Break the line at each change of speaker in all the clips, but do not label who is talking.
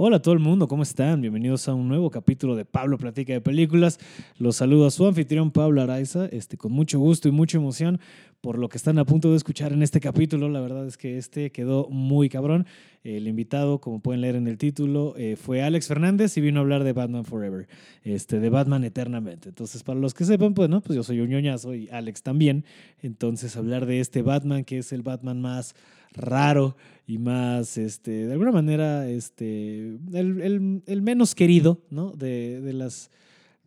Hola a todo el mundo, ¿cómo están? Bienvenidos a un nuevo capítulo de Pablo Platica de Películas. Los saludo a su anfitrión Pablo Araiza, este, con mucho gusto y mucha emoción por lo que están a punto de escuchar en este capítulo. La verdad es que este quedó muy cabrón. El invitado, como pueden leer en el título, eh, fue Alex Fernández y vino a hablar de Batman Forever, este, de Batman eternamente. Entonces, para los que sepan, pues no, pues yo soy un ñoñazo y Alex también. Entonces, hablar de este Batman, que es el Batman más raro y más, este, de alguna manera, este, el, el- el menos querido, ¿no? De, de las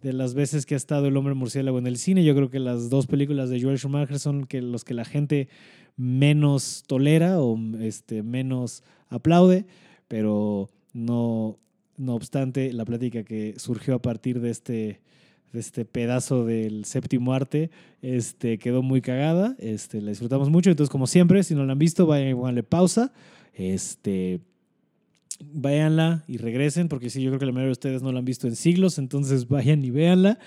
de las veces que ha estado el hombre murciélago en el cine. Yo creo que las dos películas de Joel Schumacher son que los que la gente menos tolera o este, menos aplaude, pero no, no obstante, la plática que surgió a partir de este, de este pedazo del séptimo arte este, quedó muy cagada. Este, la disfrutamos mucho. Entonces, como siempre, si no la han visto, vayan y pónganle pausa. Este, váyanla y regresen, porque sí, yo creo que la mayoría de ustedes no la han visto en siglos, entonces vayan y véanla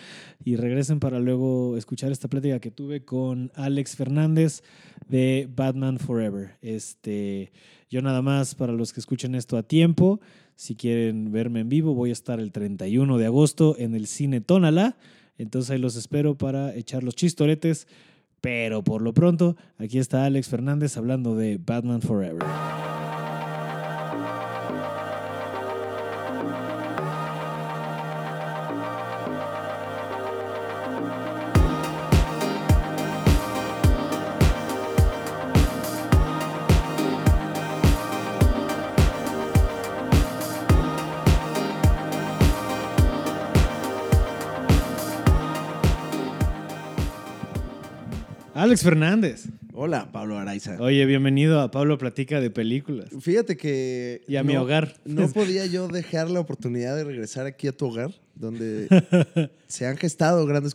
y regresen para luego escuchar esta plática que tuve con Alex Fernández de Batman Forever. Este, yo nada más, para los que escuchen esto a tiempo, si quieren verme en vivo, voy a estar el 31 de agosto en el cine Tónala, entonces ahí los espero para echar los chistoretes. Pero por lo pronto, aquí está Alex Fernández hablando de Batman Forever. Alex Fernández.
Hola, Pablo Araiza.
Oye, bienvenido a Pablo Platica de Películas.
Fíjate que...
Y a mi
no-
hogar.
No podía yo dejar la oportunidad de regresar aquí a tu hogar, donde se han gestado grandes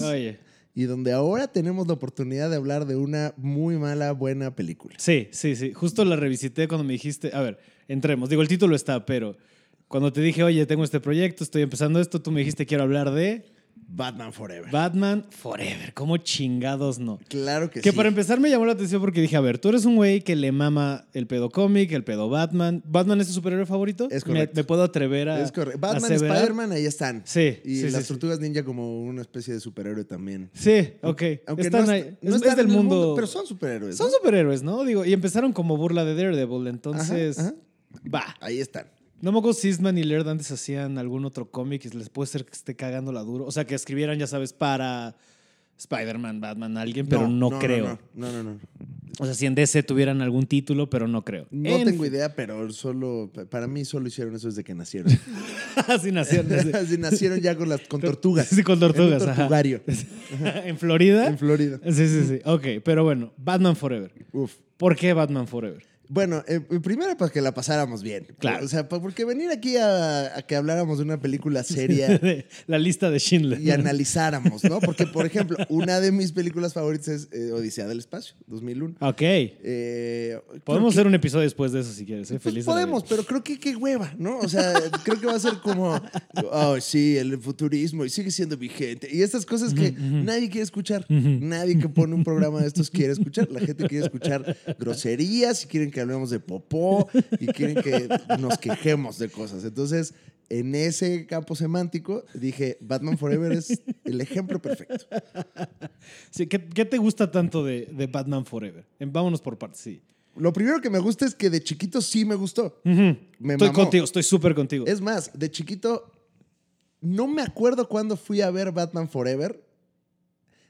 Oye.
y donde ahora tenemos la oportunidad de hablar de una muy mala, buena película.
Sí, sí, sí. Justo la revisité cuando me dijiste, a ver, entremos. Digo, el título está, pero cuando te dije, oye, tengo este proyecto, estoy empezando esto, tú me dijiste, quiero hablar de
Batman Forever.
Batman Forever. ¿Cómo chingados no?
claro que,
Que
sí.
para empezar me llamó la atención porque dije, a ver, tú eres un güey que le mama el pedo cómic, el pedo Batman. ¿Batman es tu superhéroe favorito?
Es
Me-
correcto.
Me, puedo atrever a
Es correcto. Batman,
aseverar?
Spider-Man, ahí están.
Sí,
Y
sí,
las
sí, sí.
tortugas ninja como una especie de superhéroe también.
Sí, ok.
Aunque
Están
no,
ahí.
est-
Es-
no
es,
están
del
en el
mundo.
Pero son superhéroes.
Son
pues, ¿no?
superhéroes, ¿no? Digo, y empezaron como burla de Daredevil, entonces.
Ajá, ajá.
Va.
Ahí están.
No me acuerdo si Eastman y Laird antes hacían algún otro cómic y les puede ser que esté cagándola duro. O sea, que escribieran, ya sabes, para Spider-Man, Batman, alguien, pero no, creo.
No, no, no. no.
O sea, si en DC tuvieran algún título, pero no creo.
No
En
tengo
fin.
idea, pero solo para mí solo hicieron eso desde que nacieron.
Así nacieron. así.
Así nacieron ya con las con tortugas.
Sí, con tortugas.
En un
ajá.
tortugario
en Florida.
en Florida.
Sí, sí, sí. Ok, pero bueno, Batman Forever.
Uf.
¿Por qué Batman Forever?
Bueno, eh, primero para que la pasáramos bien.
Claro.
O sea, pa- porque venir aquí a, a que habláramos de una película seria
La lista de Schindler.
y analizáramos, ¿no? Porque, por ejemplo, una de mis películas favoritas es eh, Odisea del Espacio, 2001.
Ok.
Eh, creo
Podemos
que-
hacer un episodio después de eso si quieres. ¿eh?
Pues
Feliz de la
podemos,
vida.
pero creo que qué hueva, ¿no? O sea, creo que va a ser como, oh, sí, el futurismo y sigue siendo vigente. Y estas cosas que nadie quiere escuchar. Nadie que pone un programa de estos quiere escuchar. La gente quiere escuchar groserías y quieren que hablemos de popó y quieren que nos quejemos de cosas. Entonces, en ese campo semántico, dije, Batman Forever es el ejemplo perfecto.
Sí, ¿qué, qué te gusta tanto de, de Batman Forever? En- vámonos por partes, sí.
Lo primero que me gusta es que de chiquito sí me gustó. Me
estoy
mamó.
contigo, estoy súper contigo.
Es más, de chiquito, no me acuerdo cuándo fui a ver Batman Forever,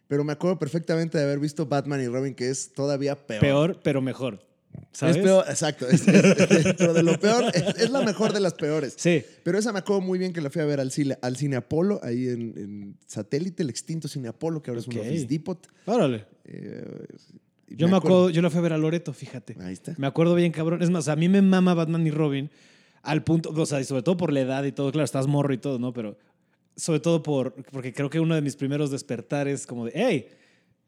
pero me acuerdo perfectamente de haber visto Batman y Robin, que es todavía peor.
peor, pero mejor. ¿Sabes?
Es peor, exacto. es- es- dentro de lo peor, es, es la mejor de las peores.
Sí.
Pero esa me acuerdo muy bien que la fui a ver al cine, al cine Apolo, ahí en, en Satélite, el extinto cine Apolo, que ahora es
Ok.
un Office Depot.
Órale.
Eh, y
Yo me acuerdo, yo la fui a ver a Loreto, fíjate.
Ahí está.
Me acuerdo bien, cabrón. Es más, a mí me mama Batman y Robin al punto, o sea, y sobre todo por la edad y todo, claro, estás morro y todo, ¿no? Pero sobre todo por, porque creo que uno de mis primeros despertares como de, hey,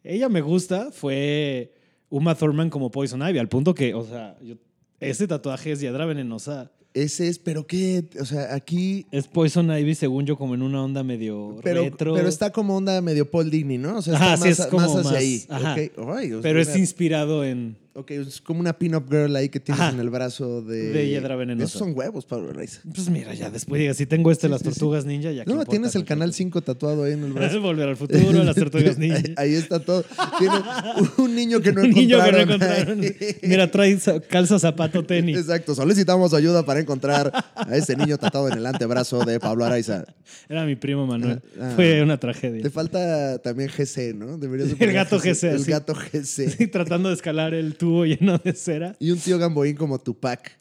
ella me gusta, fue Uma Thurman como Poison Ivy, al punto que, o sea, yo- ese tatuaje es Yadra venenosa.
Ese es, pero qué, o sea, aquí
Es Poison Ivy, según yo, como en una onda medio
Pero,
retro.
pero está como onda medio Paul Dini, ¿no? O sea,
Ajá,
está
sí,
más,
es como
más hacia
más-
ahí.
ajá.
Ok, ay, o sea,
Pero es
mira,
inspirado en,
Ok, es como una pin-up girl ahí que tienes
Ajá.
en el brazo de.
De hiedra venenosa.
Esos son huevos, Pablo Araiza.
Pues mira, ya después diga, si tengo este,
Sí,
las
sí, sí.
tortugas ninja, ya. ¿qué
No,
importa?
tienes el canal 5 tatuado ahí en el brazo.
Volver al futuro, las tortugas ninja.
Ahí está todo. Tiene un niño que no
Un niño que no
encontraron.
encontraron.
ahí.
Mira, trae sa- calza, zapato, tenis.
Exacto, solicitamos ayuda para encontrar a ese niño tatuado en el antebrazo de Pablo Araiza.
Era mi primo Manuel.
Ah, ah.
Fue una
Te
tragedia.
falta también GC, ¿no? Deberías de
El
poner
gato GC,
El
sí.
gato GC.
Sí, tratando de escalar el tubo lleno de cera.
Y un tío Gamboín como Tupac.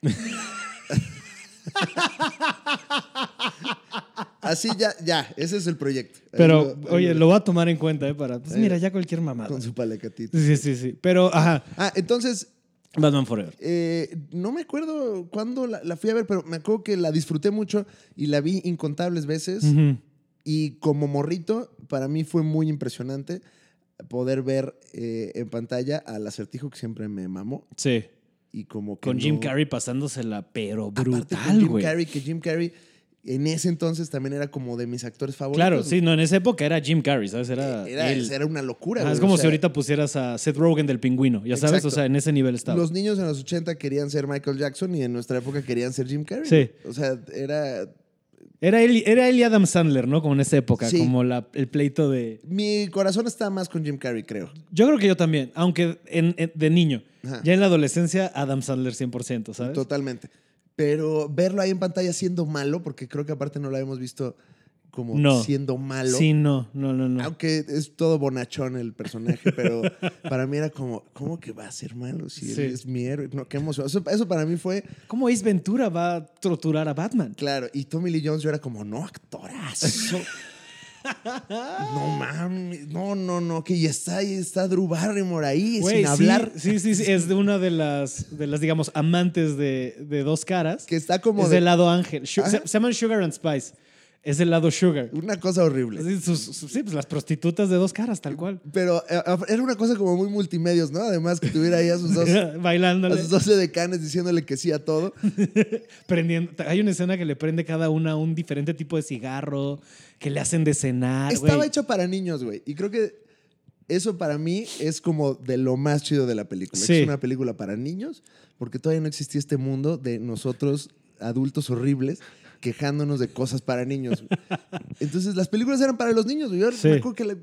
Así ya, ya, ese es el proyecto. Ahí
Pero,
lo- ahí
oye, lo voy a tomar en cuenta, ¿eh? Para, pues mira, ya cualquier mamada.
Con su palacatito.
Sí, sí, sí. Pero, ajá,
Ah, entonces,
Batman Forever.
eh, no me acuerdo cuándo la, la fui a ver, pero me acuerdo que la disfruté mucho y la vi incontables veces.
Ujú.
Y como morrito, para mí fue muy impresionante poder ver eh, en pantalla al acertijo que siempre me mamó.
Sí.
Y como que
Con Jim
no-
Carrey pasándosela, pero
Aparte con
brutal,
Jim
güey.
Carrey, que Jim Carrey en ese entonces también era como de mis actores favoritos.
Claro, sí, no, en esa época era Jim Carrey, ¿sabes? Era,
Era,
él.
era una locura.
Ah,
güey,
es
o
como si
sea,
ahorita pusieras a Seth Rogen del pingüino, ya sabes,
Exacto.
o sea, en ese nivel estaba.
Los niños en los 80 querían ser Michael Jackson y en nuestra época querían ser Jim Carrey.
Sí.
O sea, era...
Era, él, era él y Adam Sandler, ¿no? Como en esa época,
Sí.
como la, el pleito de...
Mi corazón está más con Jim Carrey, creo.
Yo creo que yo también, aunque en- en- de niño.
Ajá.
Ya en la adolescencia, Adam Sandler 100%, ¿sabes?
Totalmente. Pero verlo ahí en pantalla siendo malo, porque creo que aparte no lo habíamos visto como
No.
siendo malo.
Sí, no, no, no, no.
Aunque es todo bonachón el personaje, pero para mí era como, ¿cómo que va a ser malo si él
Sí.
es mi héroe? No, qué emoción. Eso, eso para mí fue,
¿Cómo Ace Ventura va a torturar a Batman?
claro. Y Tommy Lee Jones, yo era como, no, actorazo. no mames, no, no, no, que ya está, ahí está Drew Barrymore ahí
Güey,
sin
sí,
hablar.
Sí, sí, sí, es de una de las, de las digamos, amantes de, de dos caras.
Que está como
es
de-
del lado ángel. Shu-
Ajá.
se, se llaman Sugar and Spice. Es del lado Sugar.
Una cosa horrible.
Sí, sus- sus- sí, pues las prostitutas de dos caras, tal cual.
Pero eh, era una cosa como muy multimedios, ¿no? Además que tuviera ahí a sus dos, a
Bailándole,
sus 12 decanes diciéndole que sí a todo.
prendiendo. Hay una escena que le prende cada una un diferente tipo de cigarro, que le hacen de cenar.
Estaba
güey.
hecha para niños, güey. Y creo que eso para mí es como de lo más chido de la película.
Sí.
Es una película para niños porque todavía no existía este mundo de nosotros, adultos horribles, quejándonos de cosas para niños. güey. Entonces, las películas eran para los niños. güey. Yo
Sí.
me acuerdo que le-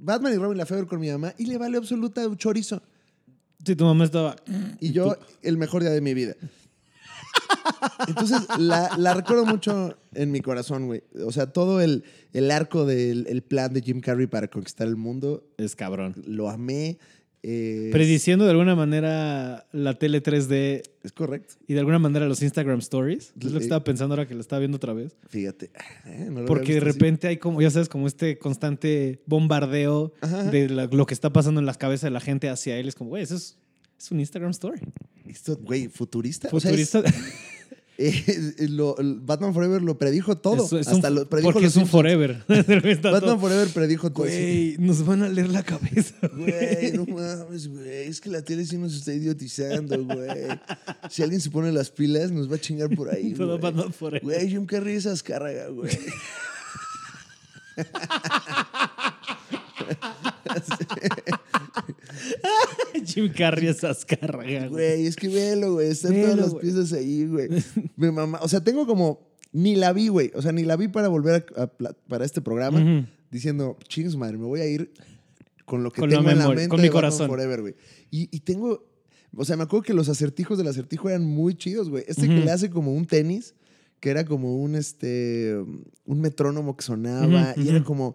Batman y Robin la fui a ver con mi mamá y le vale absoluta chorizo.
Sí, tu mamá estaba.
Y yo, el mejor día de mi vida. Entonces, la, la recuerdo mucho en mi corazón, güey. O sea, todo el, el arco del el plan de Jim Carrey para conquistar el mundo,
Es cabrón.
lo amé. eh,
prediciendo de alguna manera la tele 3D
es correcto,
y de alguna manera los Instagram Stories. Es lo que
Sí.
estaba pensando ahora que lo estaba viendo otra vez.
fíjate. eh, no lo había
Porque de
visto así.
repente hay como, ya sabes, como este constante bombardeo
Ajá.
de la- lo que está pasando en las cabezas de la gente hacia él. Es como, güey, eso es, es un Instagram Story.
Esto, güey, futurista. o sea, es-
Futurista.
eh, eh, lo- el Batman Forever lo predijo todo.
Es- es un-
hasta lo predijo
porque
los
es un
Simpsons.
forever. Está
Batman
todo,
Forever predijo todo.
Güey,
sí.
nos van a leer la cabeza.
Güey, no mames, güey. Es que la tele sí nos está idiotizando, güey. Si alguien se pone las pilas, nos va a chingar por ahí.
Todo
güey.
Batman Forever.
Güey, Jim Carrey es Azcárraga, güey.
Jim Carrey es Azcárraga, güey.
Güey, es que velo, güey. Están
Velo,
todas las
güey.
piezas ahí, güey. Mi mamá, o sea, tengo como. Ni la vi, güey. O sea, ni la vi para volver a, a pla- para este programa
Ujú.
diciendo, chings madre, me voy a ir con lo que
Con la
tengo en la
memoria,
mente
con
de
mi
Batman
corazón.
Forever, güey. Y, y tengo. O sea, me acuerdo que los acertijos del acertijo eran muy chidos, güey. Este que
Ujú.
le hace como un tenis, que era como un este. un metrónomo que sonaba.
Ujú,
Y era
ujú.
como.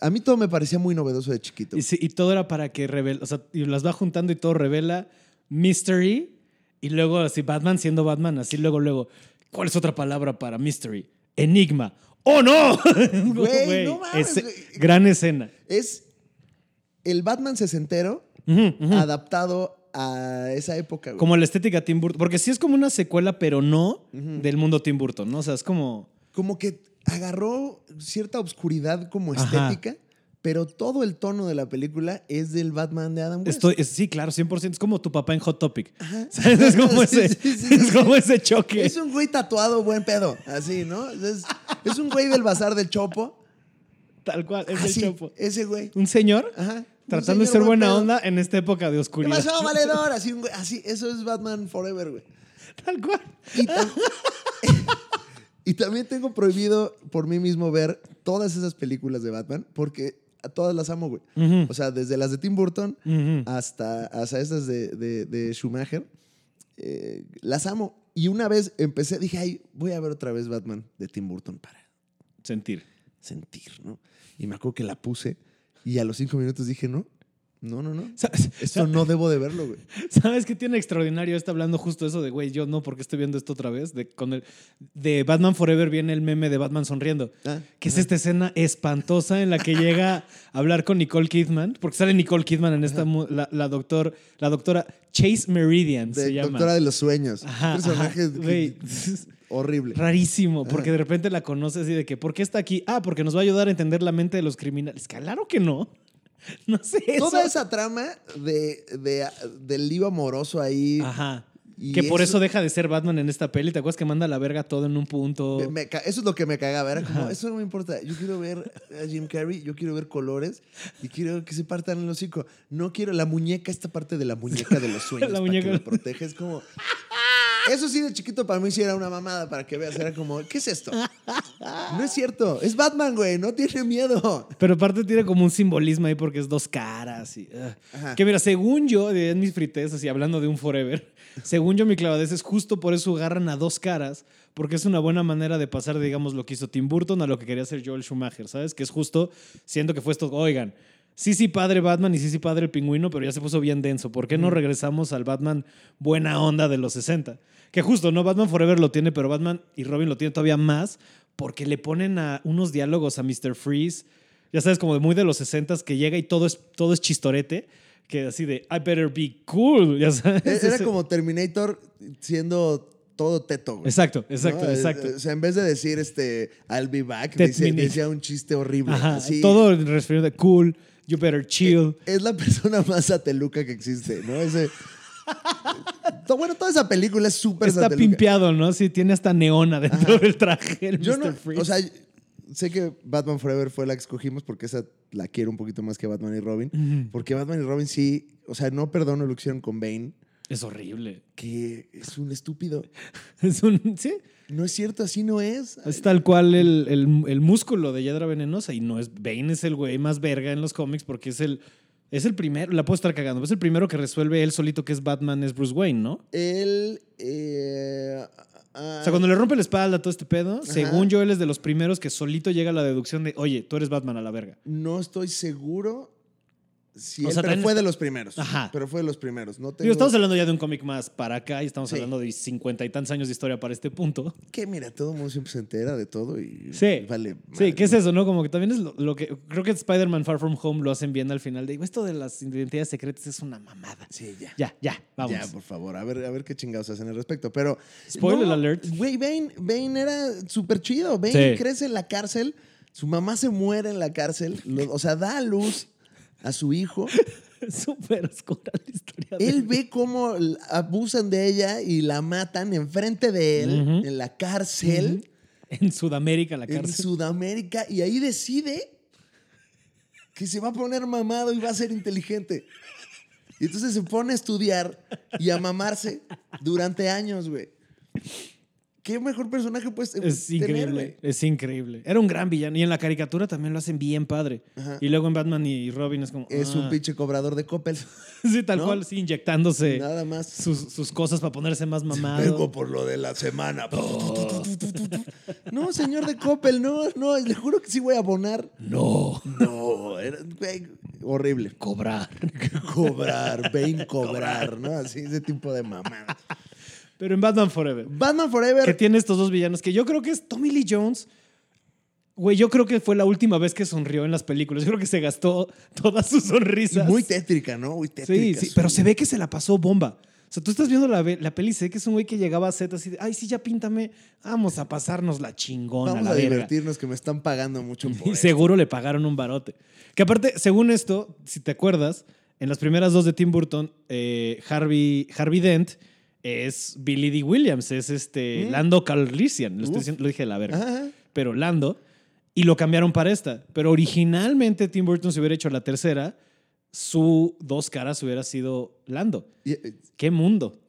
A mí todo me parecía muy novedoso de chiquito.
Y, sí, y todo era para que revela, o sea, y las va juntando y todo revela mystery y luego así Batman siendo Batman, así luego luego, ¿cuál es otra palabra para mystery? Enigma. ¡Oh no!
Güey, no mames,
ese-
güey.
gran escena.
Es el Batman sesentero
Ujú, ujú.
adaptado a esa época, güey.
Como la estética Tim Burton, porque sí es como una secuela, pero no del mundo Tim Burton, ¿no? O sea, es como
Como que agarró cierta obscuridad como
Ajá.
estética, pero todo el tono de la película es del Batman de Adam West.
Estoy, es- sí, claro, 100%. Es como tu papá en Hot Topic.
Pues Ajá.
¿Sabes? Es como
Sí,
ese,
sí, sí,
es
sí.
como ese choque.
Es un güey tatuado buen pedo, así, ¿no? Es, es un güey del bazar del Chopo.
Tal cual, es el
así,
chopo.
Ese güey.
Un señor
Ajá.
Tratando de
Ah, señor
ser
buen
buena
pedo.
onda en esta época de
¿Qué
oscuridad.
pasó, valedor? Así, un güey- así, eso es Batman Forever, güey.
Tal cual.
Y, tam- y también tengo prohibido por mí mismo ver todas esas películas de Batman porque a todas las amo, güey. O sea, desde las de Tim Burton
Ujú.
hasta, hasta estas de, de- de Schumacher, eh, las amo. Y una vez empecé, dije, ay, voy a ver otra vez Batman de Tim Burton para
Sentir.
sentir, ¿no? Y me acuerdo que la puse y a los cinco minutos dije, no, no, no, no.
¿Sabes,
Esto no debo de verlo, güey.
¿Sabes qué tiene extraordinario? Está hablando justo eso de, güey, yo no, porque estoy viendo esto otra vez. De, con el, de Batman Forever viene el meme de Batman sonriendo.
Ah,
Que es esta escena espantosa en la que llega a hablar con Nicole Kidman, porque sale Nicole Kidman en esta, mu- la, la doctor, la doctora Chase Meridian
de
se llama.
Doctora de los Sueños.
Ajá,
Un personaje
ajá,
que-
güey.
horrible.
Rarísimo, porque de repente la conoces y de que, ¿por qué está aquí? Ah, porque nos va a ayudar a entender la mente de los criminales. Claro que no. No sé.
Toda
eso-
esa trama de, de- del lío amoroso ahí.
Ajá.
Y
Que por
eso-
eso deja de ser Batman en esta peli. ¿Te acuerdas que manda a la verga todo en un punto?
me- me ca- eso es lo que me cagaba. Era como, eso no me importa. Yo quiero ver a Jim Carrey, yo quiero ver colores y quiero que se partan el hocico. No quiero la muñeca, esta parte de la muñeca de los sueños.
La
la
muñeca.
muñeca. Que me protege. Es como. Eso sí, de chiquito para mí sí era una mamada para que veas. Era como, ¿qué es esto? No es cierto. Es Batman, güey. No tiene miedo.
Pero aparte tiene como un simbolismo ahí porque es dos caras. Y, ah.
Ajá.
Que mira, según yo, de mis fritesas y hablando de un forever, según yo mi clavadez es justo por eso agarran a dos caras, porque es una buena manera de pasar, digamos, lo que hizo Tim Burton a lo que quería hacer Joel Schumacher, ¿sabes? Que es justo, siento que fue esto, oigan, sí, sí, padre Batman y sí, sí, padre el pingüino, pero ya se puso bien denso. ¿Por qué no regresamos al Batman buena onda de los 60? Que justo, ¿no? Batman Forever lo tiene, pero Batman y Robin lo tiene todavía más porque le ponen a unos diálogos a Mr. Freeze, ya sabes, como de muy de los 60 que llega y todo es, todo es chistorete, que así de, I better be cool, ya sabes.
E-, Era
Ese-
como Terminator siendo todo teto, güey.
Exacto, exacto,
¿no?
exacto.
O sea, en vez de decir este I'll be back, dice,
Terminator.
decía un chiste horrible.
Ajá,
así.
Todo refiriendo a cool, you better chill.
Es la persona más sateluca que existe, ¿no? Ese. eh, To- bueno, toda esa película es súper
Está
sateluca.
pimpeado, ¿no? Sí, tiene hasta neona dentro del traje. el
Yo
Mr.
no,
Freeze.
o sea, sé que Batman Forever fue la que escogimos porque esa la quiero un poquito más que Batman y Robin. Porque Batman y Robin sí, o sea, no perdono lo que hicieron con Bane,
es horrible.
que es un estúpido.
Es un, sí,
No es cierto, así no es.
es tal cual el, el- el músculo de Yadra Venenosa. Y no es, Bane es el güey más verga en los cómics porque es el, es el primero, la puedo estar cagando, pero es el primero que resuelve él solito que es Batman, es Bruce Wayne, ¿no?
Él. eh, ah,
O sea, cuando le rompe la espalda todo este pedo,
Ajá.
según yo, él es de los primeros que solito llega a la deducción de, oye, tú eres Batman a la verga.
No estoy seguro si
O
él-
sea,
pero
también
fue
está-
de los primeros.
Ajá.
Pero fue de los primeros. No
Digo,
tengo...
estamos hablando ya de un cómic más para acá y estamos
Sí.
hablando de cincuenta y tantos años de historia para este punto.
Que mira, todo el mundo siempre se entera de todo y
Sí.
vale.
Sí,
madre.
¿qué es eso, no? Como que también es lo, lo que. Creo que Spider-Man Far From Home lo hacen bien al final. Digo, esto de las identidades secretas es una mamada.
Sí, ya.
Ya, ya, vamos.
Ya, por favor, a ver, a ver qué chingados hacen al respecto. Pero.
Spoiler alert.
Güey, Bane, Bane era súper chido. Bane
Sí.
crece en la cárcel. Su mamá se muere en la cárcel. lo- o sea, da a luz a su hijo.
Súper oscura la historia. de-
Él ve cómo l- abusan de ella y la matan enfrente de él,
Ujú.
en la cárcel.
En Sudamérica, la
en
cárcel.
Sudamérica y ahí decide que se va a poner mamado y va a ser inteligente. Y entonces se pone a estudiar y a mamarse durante años, güey. ¿Qué mejor personaje puedes eh,
Es
tener,
increíble,
güey?
es increíble. Era un gran villano y en la caricatura también lo hacen bien padre.
Ajá.
Y luego en Batman y Robin es como...
Es
ah.
un pinche cobrador de Coppel.
Sí, tal
¿no?
cual, sí, inyectándose
Nada más.
sus, sus cosas para ponerse más mamado. Oh.
Vengo por lo de la semana. No, señor de Coppel, no, no, le juro que sí voy a abonar.
No,
No, era, güey, horrible.
cobrar.
Cobrar, ven cobrar, ¿no? Así, ese tipo de mamada.
Pero en Batman Forever,
Batman
que
Forever.
tiene estos dos villanos, que yo creo que es Tommy Lee Jones. Güey, yo creo que fue la última vez que sonrió en las películas. Yo creo que se gastó todas sus
y
sonrisas.
muy tétrica, ¿no? Muy
Sí,
tétrica.
sí,
su-
pero se ve que se la pasó bomba. O sea, tú estás viendo la, ve- la peli, se ve que es un güey que llegaba a Z así de, ay, sí, ya píntame, vamos a pasarnos la chingona.
Vamos
la
a
verga".
divertirnos que me están pagando mucho por
Y
esto.
seguro le pagaron un barote. Que aparte, según esto, si te acuerdas, en las primeras dos de Tim Burton, eh, Harvey, Harvey Dent es Billy D. Williams, es este
¿Mm?
Lando Calrissian. Lo, estoy
Uf.
diciendo- lo dije de la verga.
Ajá.
Pero Lando. Y lo cambiaron para esta. Pero originalmente Tim Burton se hubiera hecho la tercera su dos caras hubiera sido Lando.
Y, eh,
¡Qué mundo!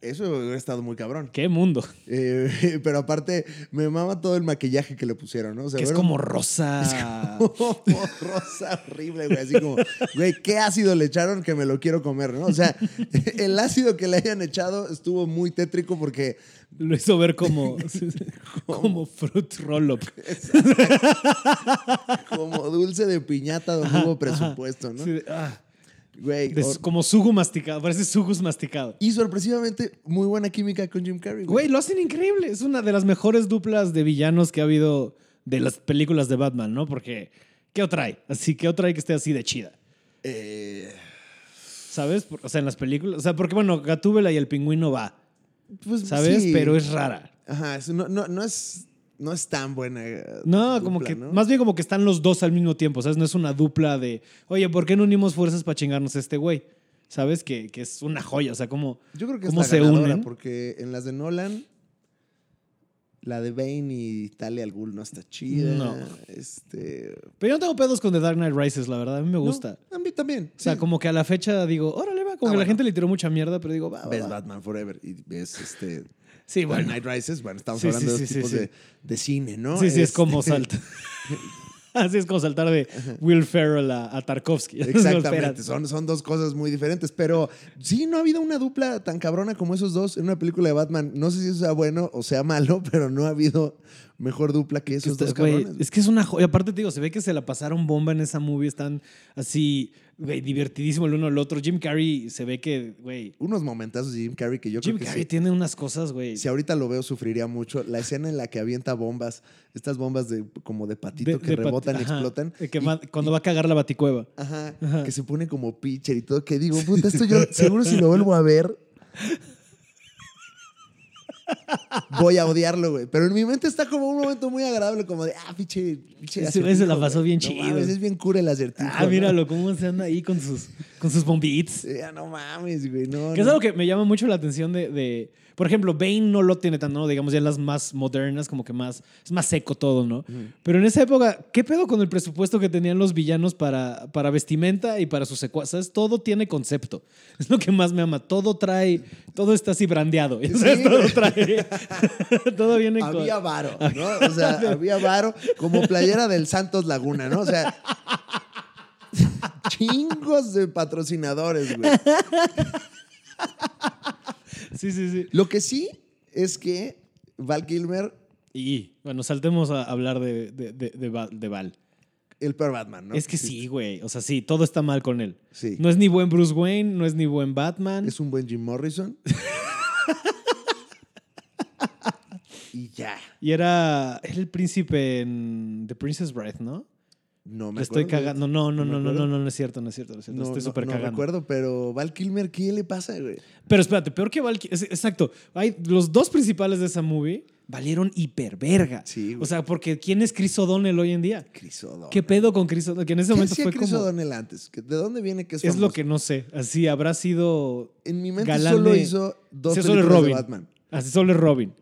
Eso hubiera estado muy cabrón.
¡Qué mundo!
Eh, pero aparte, me mama todo el maquillaje que le pusieron, ¿no? O sea,
Que es
era
como
un-
rosa.
rosa horrible, güey. Así como, güey, ¿qué ácido le echaron que me lo quiero comer, no? O sea, el ácido que le hayan echado estuvo muy tétrico porque
Lo hizo ver como, como fruit roll-up.
como dulce de piñata donde hubo presupuesto, ¿no?
Sí, ah,
Güey,
de-
hor-
como sugo masticado. Parece sugus masticado.
y sorpresivamente, muy buena química con Jim Carrey,
Güey, lo hacen increíble. Es una de las mejores duplas de villanos que ha habido de las películas de Batman, ¿no? Porque, ¿qué otra hay? Así, ¿qué otra hay que esté así de chida?
Eh,
¿Sabes? Por- O sea, en las películas. O sea, porque, bueno, Gatúbela y el pingüino va,
pues,
¿sabes?
sí.
Pero es rara.
Ajá, es- no, no, no es, no es tan buena. eh,
No, como
dupla,
que.
¿no?
Más bien como que están los dos al mismo tiempo, ¿sabes? No es una dupla de. Oye, ¿por qué no unimos fuerzas para chingarnos a este güey? ¿Sabes? Que, que es una joya. O sea, como.
Yo creo que
¿Cómo
es
se
la ganadora,
unen?
porque en las de Nolan, la de Bane y Talia al Ghul no está chida.
No.
Este,
Pero yo no tengo pedos con The Dark Knight Rises, la verdad. A mí me gusta.
no, a mí también.
O sea,
sí.
como que a la fecha digo, órale, va. Como
Ah,
que la
bueno.
gente le tiró mucha mierda, pero digo, va. va,
Ah, ves
va.
Batman Forever y ves este
Sí,
Dark
bueno.
Knight Rises. Bueno, estamos
Sí, sí,
hablando de
sí,
dos
sí,
tipos
sí.
De, de cine, ¿no?
Sí, sí, es
Este,
como salta. Así es como saltar de Will Ferrell a, a Tarkovsky. Es como,
Exactamente,
espérate.
son, son dos cosas muy diferentes, pero sí, no ha habido una dupla tan cabrona como esos dos en una película de Batman. No sé si eso sea bueno o sea malo, pero no ha habido mejor dupla que esos
Está-
dos
Este, güey,
cabrones.
es que es una joya. Aparte, te digo, se ve que se la pasaron bomba en esa movie. Están así, güey, divertidísimo el uno al otro. Jim Carrey se ve que, güey.
Unos momentazos de Jim Carrey que yo
Jim
creo que
Carrey
sí.
tiene unas cosas, güey.
Si ahorita lo veo, sufriría mucho. La escena en la que avienta bombas, estas bombas de como de patito
de-
que
de pati-
rebotan y
ajá,
explotan.
de que
y-
ma- cuando va a cagar la baticueva.
ajá, que se pone como pitcher y todo. Que digo, puta, esto yo seguro si lo vuelvo a ver. Voy a odiarlo, güey. Pero en mi mente está como un momento muy agradable, como de, ah, pinche. pinche
Ese güey se la
acertijo,
pasó
güey.
bien
No
chido.
mames, es bien cura el acertijo.
Ah,
¿no?
míralo, cómo se anda ahí con sus, con sus bombitas.
Sí, ah, no mames, güey. No,
Que es
no.
algo que me llama mucho la atención de, de- por ejemplo, Bane no lo tiene tan, ¿no? Digamos ya en las más modernas, como que más, es más seco todo, ¿no? Pero en esa época, ¿qué pedo con el presupuesto que tenían los villanos para, para vestimenta y para sus secuaces? Todo tiene concepto. Es lo que más me ama. Todo trae, todo está así brandeado. O sea,
Sí,
todo
güey.
trae, todo viene con...
Había varo, ¿no? O sea, había varo como playera del Santos Laguna, ¿no? O sea, chingos de patrocinadores, güey.
Sí, sí, sí.
Lo que sí es que Val Kilmer,
Y, bueno, saltemos a hablar de, de, de, de Val. de Val.
el peor Batman, ¿no?
Es que sí, güey. O sea, sí, todo está mal con él.
Sí.
No es ni buen Bruce Wayne, no es ni buen Batman.
Es un buen Jim Morrison. y ya.
Y era era el príncipe en The Princess Bride, ¿no?
No me
Le estoy
acuerdo.
cagando. No, no,
me
no, no,
acuerdo.
no, no, no es cierto, no es cierto, no es cierto.
No,
estoy
no,
súper
no
cagando.
recuerdo, pero Val Kilmer, ¿qué le pasa, güey?
Pero espérate, peor que Val Ki- es- Exacto. Hay, los dos principales de esa movie valieron hiperverga.
Sí, güey.
O sea, porque ¿quién es Chris O'Donnell hoy en día?
Chris O'Donnell.
¿Qué pedo con Chris O'Donnell? Que en ese
¿Qué
momento
hacía
fue
Chris
como.
O'Donnell antes? ¿Que- ¿De dónde viene que es
Es lo
famoso?
que no sé. Así habrá sido.
En mi mente
galán
solo
de-
hizo dos
Sí, solo
películas
Robin.
de Batman.
Así solo es Robin.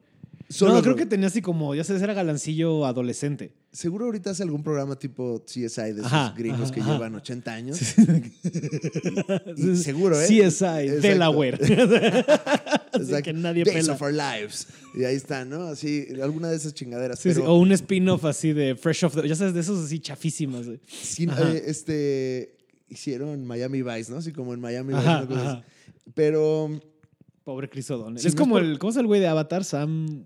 Solo
no, creo
Robin.
que tenía así como. Ya sé, era galancillo adolescente.
Seguro ahorita hace algún programa tipo CSI de esos
Ajá,
gringos
ajá,
que
ajá.
llevan 80 años.
Sí, sí.
seguro, ¿eh?
CSI,
Exacto.
Delaware. Así
Exacto.
que nadie
Days
pela.
of our lives. Y ahí está, ¿no? Así, alguna de esas chingaderas.
Sí, sí,
pero
O un spin-off así de Fresh Off the... Ya sabes, de esos así chafísimas. güey.
sin-
Ajá.
eh, este, hicieron Miami Vice, ¿no? Así como en Miami Vice.
Ajá,
una cosa
ajá.
así. Pero
Pobre Chris O'Donnell.
Sí,
es
no es
como
por-
el... ¿Cómo es el güey de Avatar? Sam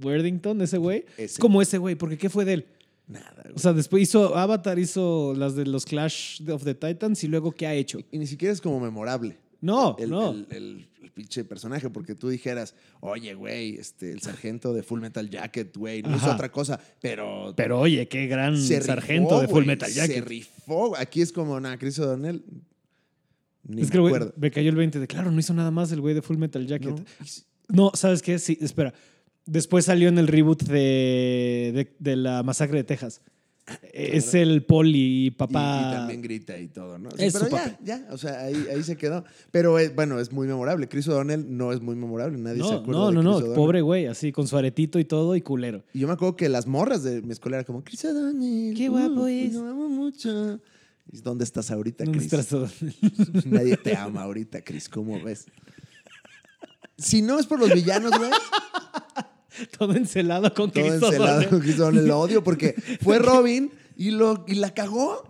Worthington, ese güey. Es
Ese.
como ese güey, porque ¿qué fue de él?
nada. güey.
O sea, después hizo... Avatar hizo las de los Clash of the Titans y luego ¿qué ha hecho?
Y ni siquiera es como memorable.
No,
El,
no.
el- el- el pinche personaje, porque tú dijeras, oye, güey, este, el sargento de Full Metal Jacket, güey, no hizo
Ajá.
otra cosa, pero
Pero oye, qué gran
Se rifó,
sargento de Full
güey,
Metal
Se
Jacket.
rifó. güey. Aquí es como, nada, Chris O'Donnell. Ni
Es que
me
el güey,
acuerdo.
me cayó el 20 de... Claro, no hizo nada más el güey de Full Metal Jacket.
No.
No, ¿sabes qué? Sí, espera. Después salió en el reboot de, de, de la masacre de Texas. Es el poli
Y,
papá.
y también grita y todo, ¿no?
Es su
pero ya,
papel.
ya, o sea, ahí, ahí se quedó. Pero eh, bueno, es muy memorable. Chris O'Donnell no es muy memorable, nadie se
no,
acuerda.
no,
de
no,
Chris
no,
O'Donnell.
pobre güey, así con su aretito y todo y culero.
Y yo me acuerdo que las morras de mi escuela eran como, Chris O'Donnell.
Qué guapo
uh,
es.
Lo amo mucho. ¿Dónde estás ahorita,
¿Dónde
Chris?
estás todo?
Nadie te ama ahorita, Chris. ¿Cómo ves? Si no es por los villanos, güey,
Todo encelado con
todo
Cristóbal,
encelado
¿eh?
con Chris Nolan. Lo odio porque fue Robin y, lo, y la cagó.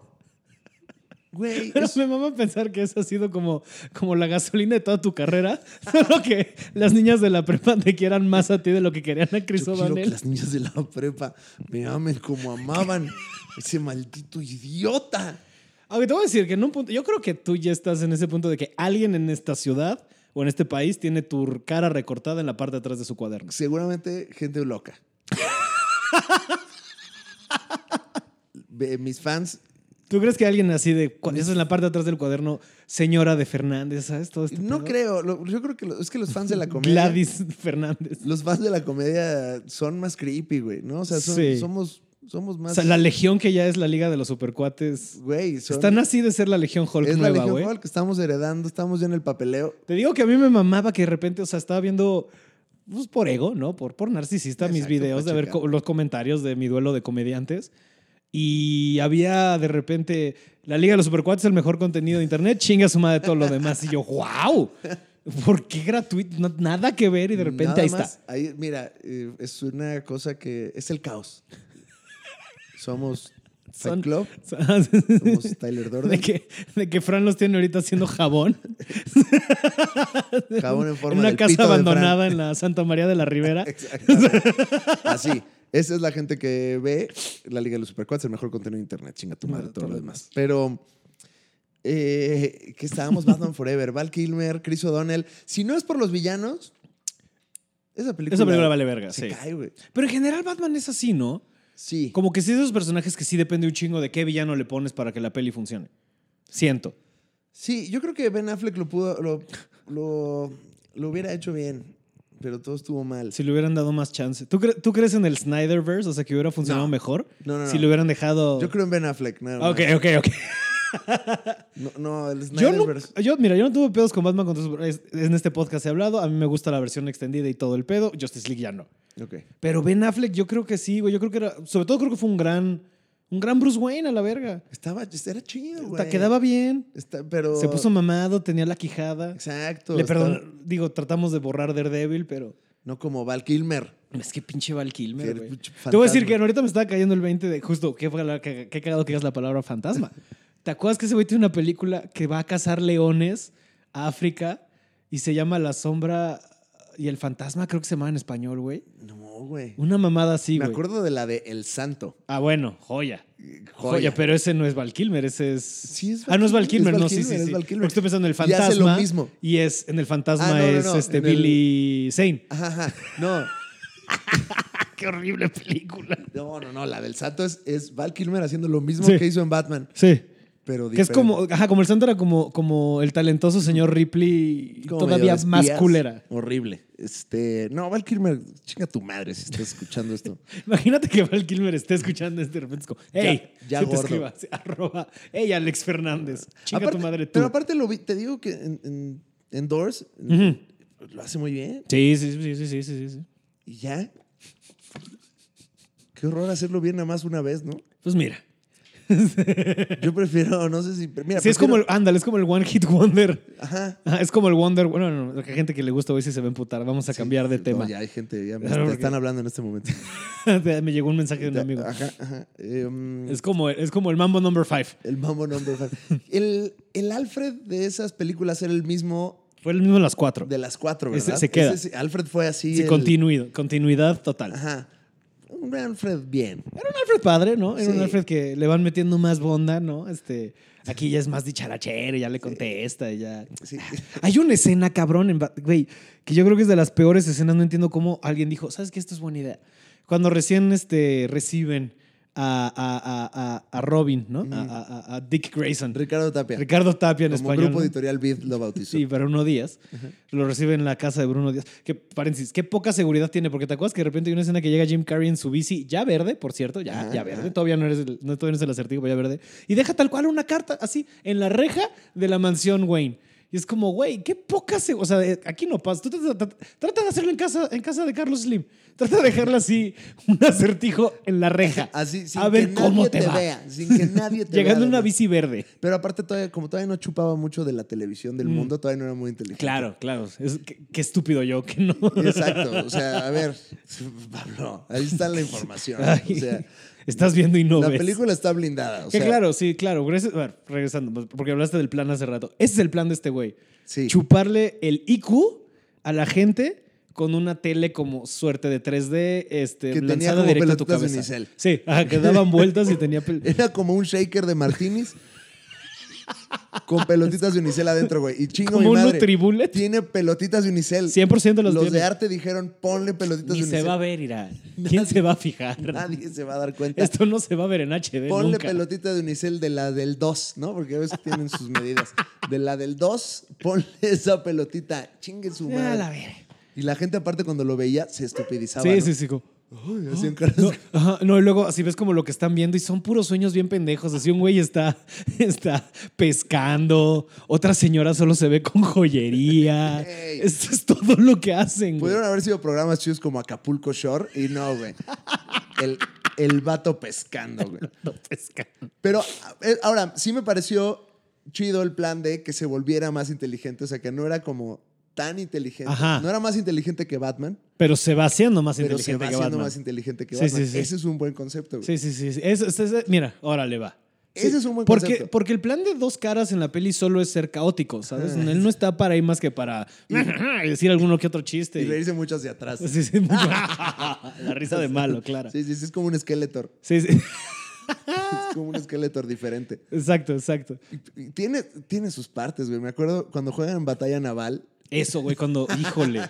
Güey,
Pero
es-
me mama pensar que esa ha sido como, como la gasolina de toda tu carrera. Solo que las niñas de la prepa te quieran más a ti de lo que querían a
yo quiero
Cristóbal.
que las niñas de la prepa me amen como amaban. Ese maldito idiota.
Aunque te voy a decir que en un punto, yo creo que tú ya estás en ese punto de que alguien en esta ciudad o en este país tiene tu cara recortada en la parte de atrás de su cuaderno.
Seguramente gente loca. Ve, Mis fans,
¿Tú crees que alguien así de, cu- eso es la parte de atrás del cuaderno, señora de Fernández, ¿sabes? Todo este
no
pedo?
creo. lo- Yo creo que lo- es que los fans de la comedia.
Gladys Fernández.
Los fans de la comedia son más creepy, güey, ¿no? O sea, son-
Sí.
somos, somos más.
O sea, la legión que ya es la liga de los supercuates.
güey, son-
Están así de ser la legión Hulk
es la
nueva,
Legión
güey.
Hulk que estamos heredando, estamos ya en el papeleo.
Te digo que a mí me mamaba que de repente, o sea, estaba viendo, pues por ego, ¿no? Por, por narcisista, mis
Exacto,
videos de
para
ver
checar.
co- los comentarios de mi duelo de comediantes. Y había de repente, la Liga de los Supercuates es el mejor contenido de Internet, chinga su madre todo lo demás. Y yo, wow, ¿por qué gratuito? No- nada que ver y de repente
Nada
ahí
más,
está.
ahí- mira, eh, es una cosa que es el caos. Somos Fight
Son-
Club,
O sea,
somos
De
Tyler Durden,
que, de que Fran los tiene ahorita haciendo jabón
jabón en forma
en una
del
casa
pito de Fran.
abandonada en la Santa María de la Ribera.
Exactamente. Así. Esa es la gente que ve la Liga de los Supercuates, el mejor contenido de internet. Chinga tu madre, todo lo demás. Pero eh, que estábamos Batman Forever, Val Kilmer, Chris O'Donnell. Si no es por los villanos, esa película,
Esa película vale verga,
se
sí.
cae, güey.
Pero en general Batman es así, ¿no?
Sí.
Como que sí es de esos personajes que sí depende un chingo de qué villano le pones para que la peli funcione. Siento.
Sí, yo creo que Ben Affleck lo pudo, lo, lo, lo hubiera hecho bien, pero todo estuvo mal.
Si le hubieran dado más chance. ¿Tú, cre- tú crees en el Snyderverse? O sea, que hubiera funcionado
No.
mejor.
No, no, no.
Si le hubieran dejado...
Yo creo en Ben Affleck, nada más.
Ok, ok, ok.
No, no, el
Yo, no,
Snyderverse.
yo, mira, yo no tuve pedos con Batman contra Superman. Es- En este podcast he hablado. A mí me gusta la versión extendida y todo el pedo. Justice League ya no.
Ok.
Pero Ben Affleck, yo creo que sí, güey. Yo creo que era. Sobre todo creo que fue un gran. Un gran Bruce Wayne a la verga.
Estaba, era chido, güey.
Hasta quedaba bien.
Está- pero...
Se puso mamado, tenía la quijada.
Exacto.
Le
está-
perdon- Digo, tratamos de borrar Daredevil, pero.
No como Val Kilmer.
Es que pinche Val
Que
Kilmer, güey.
pinche
Te voy a decir
fantasma.
que ahorita me estaba cayendo el 20 de justo. Qué, palabra- qué- qué cagado que digas la palabra fantasma. ¿Te acuerdas que ese güey tiene una película que va a cazar leones a África y se llama La Sombra y el Fantasma? Creo que se llama en español, güey.
No, güey.
Una mamada así,
Me
güey.
acuerdo de la de El Santo.
Ah, bueno, joya.
Eh,
Joya. pero ese no es Val Kilmer, ese es.
Sí, es
ah, no es Val
Val
Kilmer,
Kilmer, es
no,
Val
sí,
Kilmer,
sí,
es
sí.
Val Kilmer.
Porque estoy pensando en el
Y
fantasma.
hace lo mismo.
Y es, en el fantasma
Ah, no, no,
es
no,
este
en el-
Billy Zane.
Ajá, ajá. No,
Qué horrible película.
no, no, no, La del Santo es, es Val Kilmer haciendo lo mismo
Sí.
que hizo en Batman.
Sí.
Pero
Que es
diferente.
como, ajá, como el santo era como, como el talentoso señor Ripley,
Como medio
todavía
de
más
espías.
culera.
Horrible. Este, no, Val Kilmer, chinga tu madre si estás escuchando esto.
Imagínate que Val Kilmer esté escuchando este y de repente es como, hey,
ya
sí te
gordo.
escribas, sí, arroba, hey, Alex Fernández, chinga
Aparte-
tu madre tú.
Pero aparte lo vi, te digo que en, en, en Doors
Ujú.
lo hace muy bien.
Sí, sí, sí, sí, sí, sí, sí.
Y ya. Qué horror hacerlo bien nada más una vez, ¿no?
Pues mira,
Yo prefiero, no sé si. Mira,
sí, es como, el,
prefiero-
ándale, es como el One Hit Wonder.
Ajá.
Ah, es como el Wonder. Bueno, no, no, que hay gente que le gusta hoy sí se va a emputar. Vamos a cambiar de
No,
tema.
ya hay gente, ya me
Claro,
te
porque-
están hablando en este momento.
Me llegó un mensaje de un amigo.
Ajá, ajá. Eh, mm,
Es como, es como el Mambo Number 5.
El mambo number five. El, el Alfred de esas películas era el mismo
Fue el mismo en las cuatro.
de las cuatro,
Ese
¿verdad?
se queda.
sí, Alfred fue así.
Sí,
el-
continuidad, continuidad total.
Ajá. Un Alfred bien.
Era un Alfred padre, ¿no? Era
Sí.
un Alfred que le van metiendo más bonda, ¿no? Este, aquí ya es más dicharachero, ya le contesta, y ya.
Sí.
Hay una escena, cabrón, en Bat- güey, que yo creo que es de las peores escenas. No entiendo cómo alguien dijo, ¿sabes qué? Esto es buena idea. Cuando recién este, reciben a, a- a- a- a Robin, ¿no? A, a- a- a Dick Grayson.
Ricardo Tapia.
Ricardo Tapia en
Como
español.
grupo
¿no?
editorial Bid lo bautizó.
Sí, Bruno Díaz. Lo recibe en la casa de Bruno Díaz. Que, paréntesis, qué poca seguridad tiene, porque te acuerdas que de repente hay una escena que llega Jim Carrey en su bici, ya verde, por cierto, ya,
Ajá,
ya verde,
ajá.
todavía no, eres el, no, todavía no es el acertijo, pero ya verde, y deja tal cual una carta así en la reja de la mansión Wayne. Y es como, güey, qué poca se... O sea, eh, aquí no pasa. Tú trata, trata- trata de hacerlo en casa, en casa de Carlos Slim. Trata de dejarle así un acertijo en la reja.
Así, sin
a ver
que
cómo
nadie
te,
te,
va.
vea. Sin que nadie te
Llegando
vea.
en una
además.
bici verde.
Pero aparte, todavía, como todavía no chupaba mucho de la televisión
Mm.
del mundo, todavía no era muy inteligente.
Claro, claro. Es, qué, qué estúpido yo que no.
Exacto. O sea, a ver, Pablo, ahí está la información.
Ay,
o sea,
estás viendo y no
la
ves.
película está blindada. O
Que
sea,
claro, sí, claro. Gracias- a ver, regresando, pues, porque hablaste del plan hace rato. Ese es el plan de este güey.
Sí.
Chuparle el IQ a la gente con una tele como suerte de 3D, este,
Que tenía
lanzada
como
directo a tu
pelotitas de
cabeza.
unicel.
Sí, ajá, que daban vueltas y tenía... pel-
Era como un shaker de martinis con pelotitas de unicel adentro, güey. Y chingo
Como
mi
un
madre.
Nutribullet.
Tiene pelotitas de unicel.
100% los,
Los
tiene.
de arte dijeron, ponle pelotitas
Ni
de unicel.
se va a ver, irá. ¿Quién se va a fijar?
Nadie se va a dar cuenta.
Esto no se va a ver en HD
Ponle
nunca.
pelotita de unicel de la del 2, ¿no? Porque a veces tienen sus medidas. De la del 2, ponle esa pelotita. Chingue su
Ya
madre.
Ah, la veré.
Y la gente, aparte, cuando lo veía, se estupidizaba.
Sí,
¿no?
sí, sí. como-
Uy, hacían caras.
No, ajá, no, y luego así ves como lo que están viendo y son puros sueños bien pendejos. Así un güey está, está pescando, otra señora solo se ve con joyería.
Ey.
Esto es todo lo que hacen. güey.
Pudieron haber sido programas chidos como Acapulco Shore y no, güey. El, el vato pescando, güey.
No pescan.
Pero eh, ahora, sí me pareció chido el plan de que se volviera más inteligente. O sea, que no era como tan inteligente.
Ajá.
No era más inteligente que Batman,
Pero se va haciendo más
pero se
inteligente
va
que
haciendo
Batman.
más inteligente que
Sí,
Batman.
sí, sí.
Ese es un buen concepto, güey.
Sí, sí, sí. sí. Eso- eso- eso- mira, órale, va.
Ese
Sí,
es un buen
porque,
concepto.
Porque el plan de dos caras en la peli solo es ser caótico, ¿sabes?
Ah,
Él no está para ahí más que para decir alguno que otro chiste.
Y
y-
reírse mucho hacia atrás.
Sí, sí. la risa de malo, claro.
Sí, sí, sí, es como un esqueleto.
Sí, sí.
Es como un esqueleto diferente.
Exacto, exacto.
Y Tiene, tiene sus partes, güey. Me acuerdo cuando juegan en batalla naval.
Eso, güey, cuando. Híjole.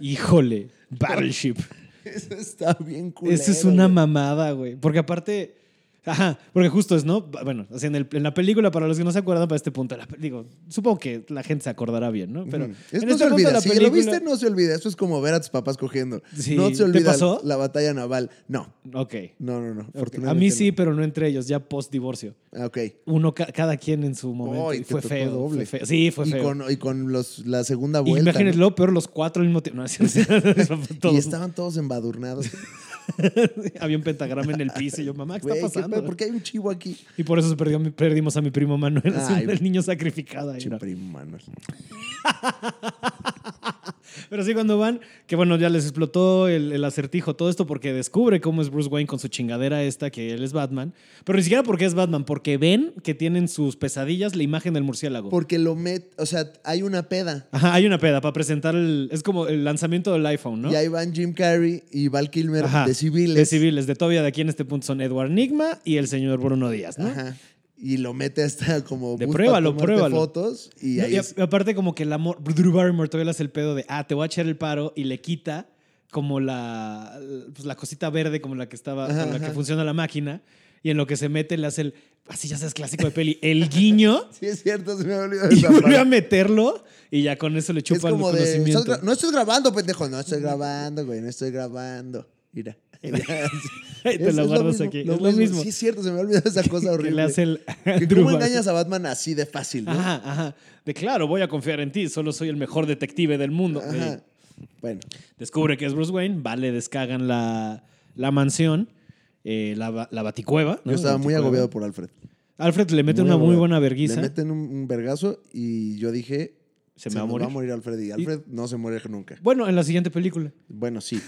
Híjole. Battleship.
Eso está bien cool.
Eso es una mamada, güey. Porque aparte. Ajá, porque justo es, ¿no? Bueno, así en, el- en la película, para los que no se acuerdan, para este punto, de la pe- digo, supongo que la gente se acordará bien, ¿no? Pero. en
Esto no
este
se
punto de
olvida.
la
Si lo
película-
viste, no se olvida. Esto es como ver a tus papás cogiendo.
Sí.
No se
¿Te
olvida
pasó?
la batalla naval. No,
Ok.
no, no, no.
ok.
Afortunadamente
A mí sí,
no.
pero no entre ellos, ya post-divorcio.
Ah, ok.
Uno, ca- cada quien en su momento.
Oh, y
y
te
fue
tocó
feo,
doble.
fue feo. Sí, fue
y
feo.
Con, y con los, la segunda
Y
vuelta.
imagínense
¿no?
lo peor, los cuatro al mismo tiempo. No, es cierto. Eso fue todo.
Y estaban todos embadurnados.
Había un pentagrama en el piso y yo, mamá, ¿qué
Güey,
está
¿qué
pasando?
pedo? ¿Por qué hay un chivo aquí?
Y por eso se perdió mi- perdimos a mi primo Manuel, así,
Ay,
el niño sacrificado. ahí, ¿no?
Primo Manuel.
Pero sí, cuando van, que bueno, ya les explotó el, el acertijo, todo esto, porque descubre cómo es Bruce Wayne con su chingadera esta, que él es Batman. Pero ni siquiera porque es Batman, porque ven que tienen sus pesadillas la imagen del murciélago.
Porque lo met, o sea, hay una peda.
Ajá, hay una peda para presentar el. Es como el lanzamiento del iPhone, ¿no?
Y ahí van Jim Carrey y Val Kilmer
Ajá,
de civiles.
De civiles, de todavía de aquí en este punto son Edward Nigma y el señor Bruno Díaz, ¿no?
Ajá. Y lo mete hasta como
De
bus
pruébalo,
tomarte
pruébalo.
fotos y
No,
ahí
y a-
es-
aparte como que el amor, Drew Barrymore todavía le hace el pedo de, ah, te voy a echar el paro y le quita como la, pues, la cosita verde como la que estaba,
Ajá,
con la que
ajá.
funciona la máquina y en lo que se mete le hace el, así ya sabes, clásico de peli, el guiño
Sí, es cierto, se me olvidó
y
esa parte.
vuelve a meterlo y ya con eso le
Es
chupa el
como de, "Estás
conocimiento.
gra- no estoy grabando, pendejo. No estoy grabando, güey, no estoy grabando. Mira.
Te lo guardas aquí. Es lo mismo.
Sí, es cierto, se me olvidó esa cosa
Que
horrible.
le hace el
Que
Drew
¿Cómo
Barrymore.
engañas a Batman así de fácil, no?
Ajá, ajá. De claro, voy a confiar en ti, solo soy el mejor detective del mundo.
Ajá.
Ey.
Bueno,
Descubre que es Bruce Wayne, va, le descagan la, la mansión, eh, la, ba- la baticueva. ¿no?
yo estaba muy
Baticueva.
agobiado por Alfred.
Alfred le mete
Muy
una muy
agobiado.
buena verguiza.
Le meten un, un vergazo y yo dije,
Se me va a
nos
morir.
Alfred y Alfred no se muere nunca.
Bueno, en la siguiente película,
Bueno, sí.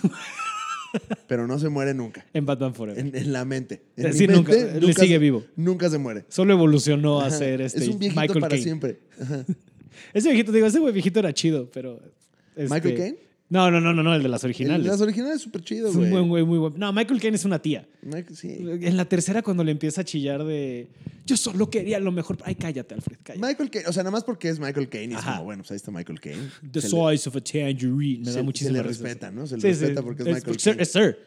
pero no se muere nunca.
en Batman Forever.
En, en la mente. En
Eh, Sí,
mi
nunca.
mente
Le sigue
se-
vivo.
Nunca se muere.
Solo evolucionó a
Ajá.
ser este
es un viejito
Michael
para
Caine.
siempre. Ajá.
Ese viejito, te digo, ese güey viejito era chido, pero. este-
¿Michael Caine?
No, no, no, no, no, el de las originales.
El- Las originales súper chido,
es un
güey. Eh.
buen güey, muy buen. No, Michael Caine es una tía.
Michael- sí.
En la tercera, cuando le empieza a chillar de. Yo solo quería lo mejor. Ay, cállate, Alfred, cállate.
Michael Caine, o sea, nada más porque es Michael Caine y es
Ajá.
como, bueno, pues ahí está Michael Caine.
The
Se le-
size of a tangerine. Me
se-
da
se
muchísimo
le respeta, ¿no? Se le respeta porque es Michael
sir,
Caine.
Es Sir.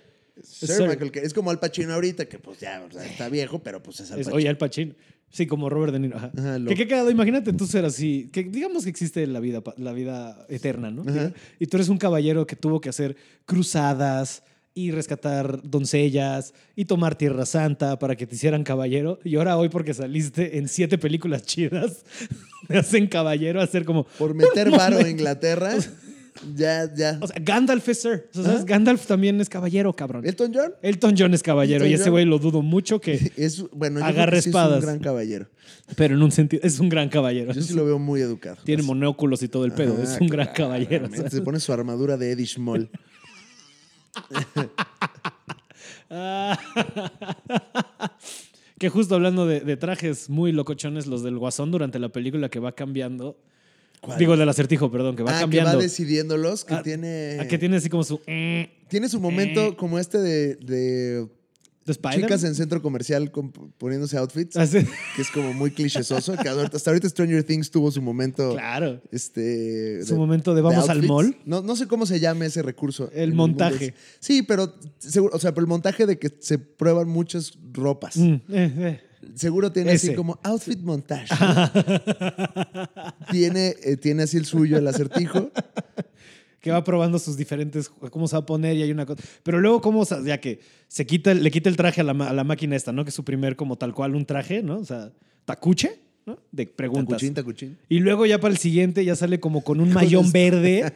Sir
Sir.
Michael Caine. Es como Al Pacino ahorita, que pues ya o sea, está viejo, pero pues es Al
Es,
Pacino.
oye, Al Pacino. Sí, como Robert De Niro. Ajá.
Ajá, lo-
que qué cagado. Imagínate tú ser así. Que digamos que existe la vida, pa- la vida eterna, ¿no?
Ajá.
Y tú eres un caballero que tuvo que hacer cruzadas, y rescatar doncellas y tomar Tierra Santa para que te hicieran caballero. Y ahora hoy porque saliste en siete películas chidas, te hacen caballero a ser como...
Por meter varo a Inglaterra. Ya, ya.
O sea, Gandalf es Sir. O sea, ¿sabes? Gandalf también es caballero, cabrón.
Elton John
Elton John es caballero
Elton
y ese
John.
güey lo dudo mucho que...
es, bueno, yo
Agarra
creo que sí es
espadas.
un gran caballero.
Pero en un sentido, es un gran caballero.
Yo sí lo veo muy educado.
Tiene monóculos y todo el pedo.
Ah,
es un gran
claramente.
caballero. ¿sabes?
Se pone su armadura de Eddie Schmoll.
Ah, que justo hablando de, de trajes muy locochones, los del Guasón durante la película que va cambiando.
¿Cuál?
Digo, el del acertijo, perdón, que va
ah,
cambiando.
que va decidiéndolos, que
Ah,
tiene...
a que tiene así como su... eh,
Tiene su momento como este de, de
de Ah, Spider.
chicas en centro comercial con- poniéndose outfits,
Así-
que es como muy clichésoso. que ahorita- hasta ahorita Stranger Things tuvo su momento...
claro.
Este,
Su momento de vamos al
outfits.
mall.
No, no sé cómo se llame ese recurso.
El
en
montaje.
mundo. Sí, pero seguro, o sea, pero el montaje de que se prueban muchas ropas.
Mm, eh, eh.
Seguro tiene
Ese.
así como outfit montaje. ¿no? tiene, eh, tiene así el suyo, el acertijo.
que va probando sus diferentes, cómo se va a poner y hay una cosa. Pero luego, ¿cómo? O sea, ya que se quita, el- le quita el traje a la, ma- a la máquina esta, ¿no? Que es su primer, como tal cual, un traje, ¿no? O sea, tacuche, ¿no? De preguntas.
Tacuchín, tacuchín.
Y luego ya para el siguiente ya sale como con un mayón verde.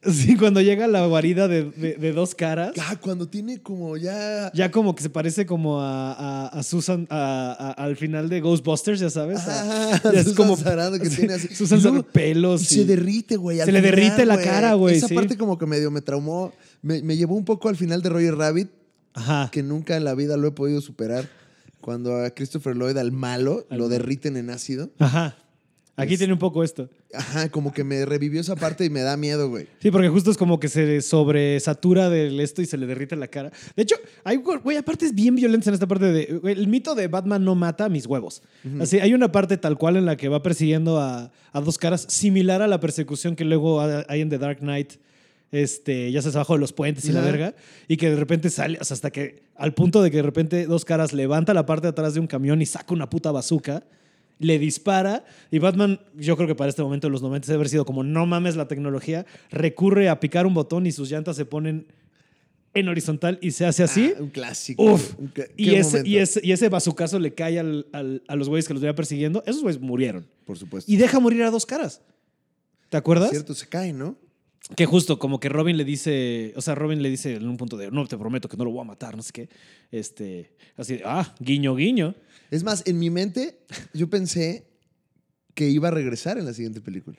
Sí, cuando llega a la guarida de, de- de dos caras.
Ah, cuando tiene como ya.
Ya como que se parece como a, a- a Susan, a- a- al final de Ghostbusters, ya sabes. a-
Ah,
ya es
Susan Sarandon que
sí,
tiene así.
Susan
Y luego-
Sarandon, pelos.
y
y-
se derrite, güey. al
Se le
final,
derrite la cara, güey,
Esa
sí.
parte como que medio me traumó. Me, me llevó un poco al final de Roger Rabbit,
Ajá.
que nunca en la vida lo he podido superar. Cuando a Christopher Lloyd, al malo,
Al
lo
malo.
derriten en ácido.
Ajá. Aquí
Es-
tiene un poco esto.
Ajá, como que me revivió esa parte y me da miedo, güey.
Sí, porque justo es como que se sobresatura del esto y se le derrite la cara. De hecho, hay, güey, aparte es bien violenta en esta parte de. güey, el mito de Batman no mata a mis huevos. Así, hay una parte tal cual en la que va persiguiendo a, a dos caras, similar a la persecución que luego ha- hay en The Dark Knight. Este, ya se abajo de los puentes y la
Ajá.
verga, y que de repente sale, o sea, hasta que, al punto de que de repente dos caras levanta la parte de atrás de un camión y saca una puta bazooka le dispara y Batman, yo creo que para este momento de los 90 debe haber sido como no mames la tecnología, recurre a picar un botón y sus llantas se ponen en horizontal y se hace así.
Ah, un clásico.
Uf,
Un cla-
y
qué
ese,
momento.
y, ese, y ese bazucazo le cae al- al- a los güeyes que los veía persiguiendo. Esos güeyes murieron.
Por supuesto.
Y deja morir a dos caras. ¿Te acuerdas?
Cierto, se cae, ¿no?
Que justo como que Robin le dice, o sea, Robin le dice en un punto de, no, te prometo que no lo voy a matar, no sé qué. Este, así, de, ah, guiño, guiño.
Es más, en mi mente yo pensé que iba a regresar en la siguiente película.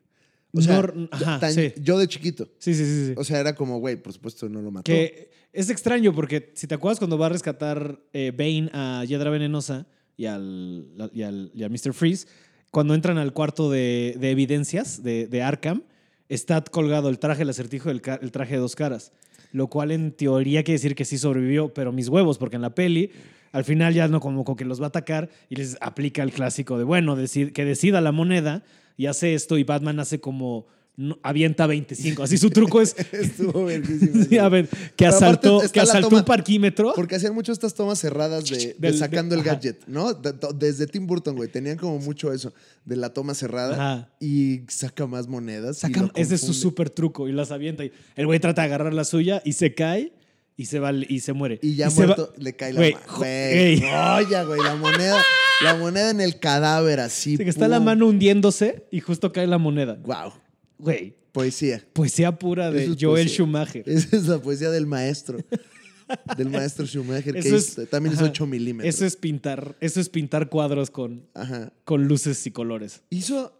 O
No,
sea,
ajá,
tan-
sí.
yo de chiquito.
Sí, sí, sí. sí.
O sea, era como, güey, por supuesto no lo mató.
Que es extraño porque si te acuerdas cuando va a rescatar eh, Bane a Yedra Venenosa y al, y al- y a Mr. Freeze, cuando entran al cuarto de, de evidencias de, de Arkham, está colgado el traje del acertijo y el, ca- el traje de dos caras. Lo cual en teoría quiere decir que sí sobrevivió, pero mis huevos, porque en la peli al final ya no como, como que los va a atacar y les aplica el clásico de, bueno, decid- que decida la moneda y hace esto y Batman hace como... no- avienta 25. Así su truco es
Estuvo verguísimo.
Sí, a ver, que
Pero
asaltó,
aparte está
que
la
asaltó
toma-
un parquímetro.
Porque hacían mucho estas tomas cerradas de, de
Del- de-
sacando el
ajá.
gadget, ¿no? De- to- Desde Tim Burton, güey. Tenían como mucho eso, de la toma cerrada
Ajá.
y saca más monedas. y
Saca-
lo
ese es su
confunde.
super truco y las avienta. Y el güey trata de agarrar la suya y se cae y se va al- y se muere.
Y ya
se
muerto,
va-
le cae la
Güey,
mano.
jo-
Güey.
ey.
Oye, güey, la moneda, la moneda en el cadáver así.
Sí, que está la mano hundiéndose y justo cae la moneda.
Wow,
Güey,
poesía.
poesía pura de
Eso es
Joel
poesía.
Schumacher.
Esa es la poesía del maestro. del maestro Schumacher, que hizo- también es
ajá,
8 milímetros.
Eso es pintar, eso es pintar cuadros con,
Ajá.
con luces y colores.
Hizo,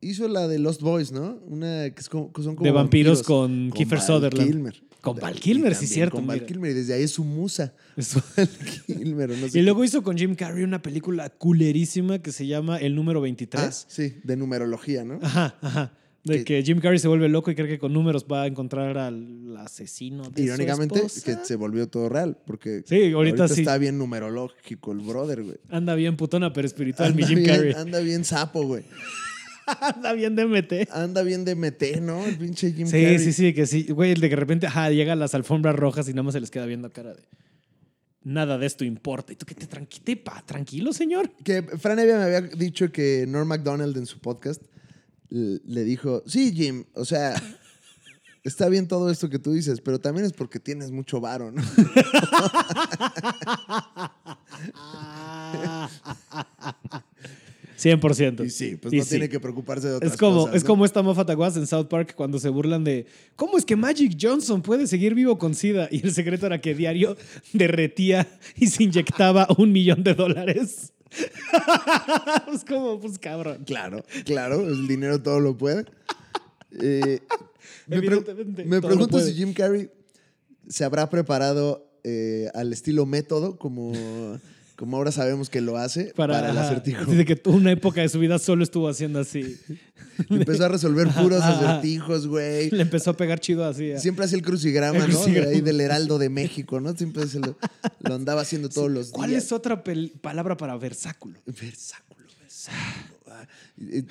hizo la de Lost Boys, ¿no? Una que, es como, que son como.
De vampiros con
Con
Kiefer
Val
Sutherland.
Kilmer.
Con Val
Y
Kilmer, sí,
también
cierto,
Con Val
mira.
Kilmer, y desde ahí es su musa.
Eso-
Val Kilmer, o no sé
Y luego hizo con Jim Carrey una película culerísima que se llama El número
qué. Ah,
23.
sí, de numerología, ¿no?
Ajá, ajá. De
Que-
que Jim Carrey se vuelve loco y cree que con números va a encontrar al asesino. De
Irónicamente,
su
que
esposa.
se volvió todo real, porque
Sí, ahorita sí.
está bien numerológico el brother, güey.
Anda bien putona, pero espiritual, mi
Anda
Jim
bien-
Carrey.
Anda bien sapo, güey.
Anda bien DMT.
Anda bien de meter, ¿no? El pinche Jim
Sí,
Carrey.
sí, sí, que sí. Güey, el de que de repente ajá, llega a las alfombras rojas y nada más se les queda viendo cara de. Nada de esto importa. Y tú que te tranquite, pa, tranquilo, señor.
Que Fran Evia me había dicho que Norm MacDonald en su podcast l- le dijo, sí, Jim, o sea, está bien todo esto que tú dices, pero también es porque tienes mucho varo, ¿no? Y
100%.
Ah. sí, pues
Y
no
sí.
tiene que preocuparse de otras
Es como,
cosas,
es
¿no?
como esta mofa taguas en South Park cuando se burlan de ¿Cómo es que Magic Johnson puede seguir vivo con SIDA? Y el secreto era que diario derretía y se inyectaba un millón de dólares. pues como, pues cabrón.
Claro, claro, el dinero todo lo puede. Eh, me pre-
Evidentemente,
me
todo lo
pregunto
puede.
si Jim Carrey se habrá preparado eh, al estilo método, como, como ahora sabemos que lo hace, para, el
ajá,
acertijo.
Dice que una época de su vida solo estuvo haciendo así.
Empezó a resolver puros
Ajá, ajá.
acertijos, güey.
Le empezó a pegar chido así. a-
Siempre hacía el crucigrama,
El
¿no?
crucigrama.
De ahí del Heraldo de México, ¿no? Siempre se lo, lo andaba haciendo todos los días.
¿Cuál es otra pel- palabra para versáculo?
Versáculo, versáculo. ah. Y- y-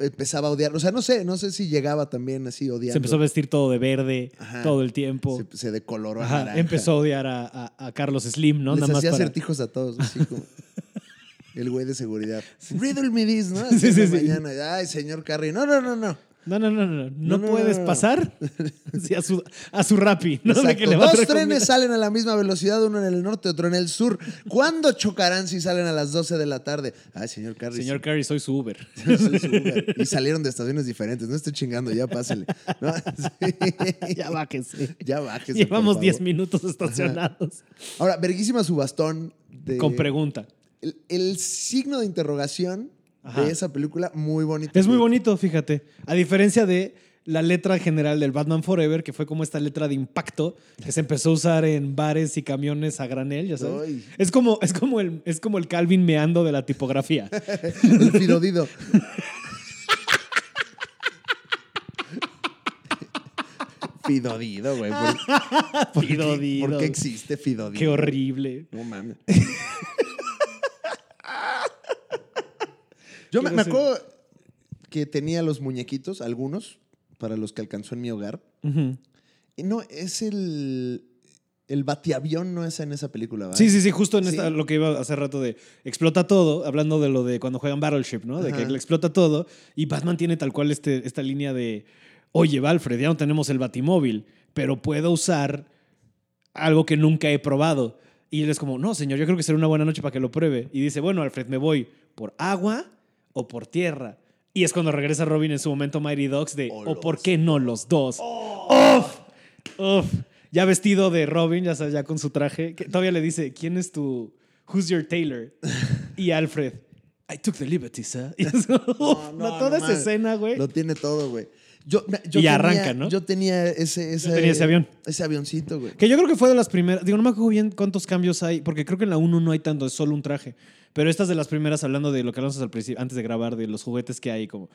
Empezaba a odiar. O sea, no sé, no sé si llegaba también así odiando.
Se empezó a vestir todo de verde,
Ajá.
todo el tiempo.
Se, se decoloró. a
Ajá,
naranja.
empezó a odiar a, a- a Carlos Slim, ¿no?
Les
Nada más
hacía
para-
acertijos a todos, así como. El güey de seguridad. Riddle me this, ¿no?
Sí,
Así en
sí,
la
sí.
mañana. Ay, señor Carrey. No, no, no, no.
No, no, no, no, no,
No, no,
puedes
no, no.
pasar Sí, a su, a su rapi, ¿no? De
Exacto.
que le va a
dos
traer
trenes
comida.
salen a la misma velocidad, uno en el norte, otro en el sur. ¿Cuándo chocarán si salen a las 12 de la tarde? Ay, señor Carrey.
Señor
sí.
Carrey, soy su Uber.
Soy su Uber. Y salieron de estaciones diferentes. No esté chingando, ya pásele. ¿No? Sí.
ya bájese.
Ya bájese. por
Llevamos
favor.
10 minutos estacionados.
Ahora, verguísima su bastón. de-
Con pregunta.
El, el signo de interrogación
Ajá.
de esa película, muy bonita.
Es muy bonito, fíjate. A diferencia de la letra general del Batman Forever, que fue como esta letra de impacto que se empezó a usar en bares y camiones a granel, ya sabes.
Ay.
Es como, es como el, es como el Calvin meando de la tipografía.
El Firodido. Fidodido, güey. ¿Por, por qué-
Fidodido.
¿Por qué existe Fidodido?
Qué horrible.
No mames. Yo me,
Quiero
me
ser-
acuerdo que tenía los muñequitos, algunos, para los que alcanzó en mi hogar.
Ujú.
Y no, es el. El batiavión no es en esa película, ¿verdad?
Sí, sí, sí, justo en
Sí.
esta, lo que iba hace rato de explota todo, hablando de lo de cuando juegan Battleship, ¿no? De que
Ajá.
le explota todo y Batman tiene tal cual este, esta línea de, oye, Alfred, ya no tenemos el batimóvil, pero puedo usar algo que nunca he probado. Y él es como, no, señor, yo creo que será una buena noche para que lo pruebe. Y dice, bueno, Alfred, me voy por agua o por tierra. Y es cuando regresa Robin en su momento Mighty Dogs de,
O
o, por
los
qué no los dos. ¡Uf! ¡Uf! Ya vestido de Robin, ya sabes, ya con su traje. que todavía le dice, ¿quién es tu... Who's your tailor? Y Alfred, I took the liberty, sir. Y es, uf,
no,
toda
no
esa
mames.
escena, güey.
Lo tiene todo, güey. Yo, me- yo
Y
tenía-
arranca, ¿no?
Yo tenía ese, ese,
tenía ese avión.
Ese avioncito, güey.
Que yo creo que fue de las primeras. Digo, no me acuerdo bien cuántos cambios hay, porque creo que en la 1 no hay tanto, es solo un traje. Pero esta es de las primeras, hablando de lo que hablamos al principio, antes de grabar, de los juguetes que hay, como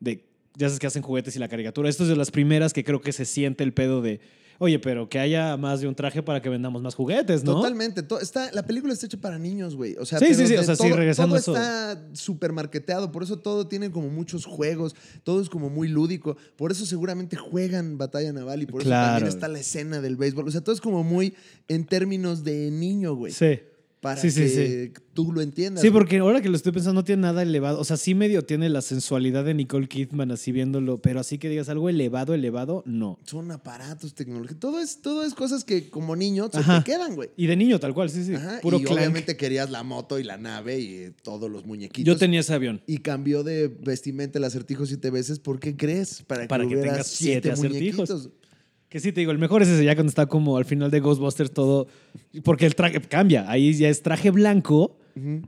de. Ya sabes que hacen juguetes y la caricatura. Esto es de las primeras que creo que se siente el pedo de. Oye, pero que haya más de un traje para que vendamos más juguetes, ¿no?
Totalmente. to- está, la película está hecha para niños, güey. O sea,
Sí, sí,
pero
sí, o
de
sea, sí,
todo,
regresando a eso.
todo está supermarketeado. Por eso todo tiene como muchos juegos. Todo es como muy lúdico. Por eso seguramente juegan batalla naval y por eso
Claro.
también está la escena del béisbol. O sea, todo es como muy en términos de niño, güey.
Sí.
Para
Sí, sí,
que
sí.
tú lo entiendas.
Sí,
güey.
porque ahora que lo estoy pensando no tiene nada elevado. O sea, sí medio tiene la sensualidad de Nicole Kidman así viéndolo, pero así que digas algo elevado, elevado, no.
Son aparatos, tecnología. Todo es, todo es cosas que como niño se
Ajá.
te quedan, güey.
Y de niño, tal cual, sí, sí.
Ajá,
Puro
y
clank.
obviamente querías la moto y la nave y eh, todos los muñequitos.
Yo tenía ese avión.
Y cambió de vestimenta el acertijo siete veces. ¿Por qué crees? Para,
Para que
hubiera
tengas siete acertijos.
muñequitos.
Que sí, te digo, el mejor es ese ya cuando está como al final de Ghostbusters todo, porque el traje cambia, ahí ya es traje blanco,
Ujú.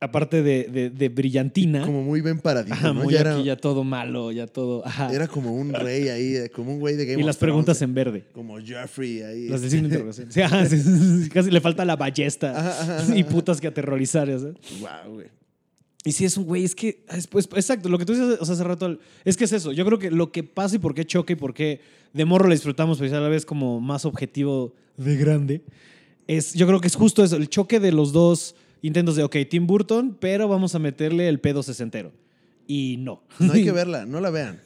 aparte de, de- de brillantina,
Como muy bien paradito,
Ajá,
¿no?
muy
Ya
aquí
era,
ya todo malo, ya todo... ajá.
era como un rey ahí, eh, como un güey de Game
y
of
las preguntas
Thrones,
en verde.
eh, Como Jeffrey ahí.
Las de signo de interrogación. Sí, ajá, sí, sí, sí, casi le falta la ballesta
Ajá, ajá, ajá,
y
ajá.
putas que aterrorizar. ya sabes.
Wow, güey.
Y si es un güey, es que. es- pues, exacto, lo que tú dices o sea, hace rato. Es que es eso. Yo creo que lo que pasa y por qué choca y por qué de morro la disfrutamos, pero ya a la vez como más objetivo de grande, es, yo creo que es justo eso, el choque de los dos intentos de, ok, Tim Burton, pero vamos a meterle el pedo sesentero. Y no.
No hay que verla, no la vean.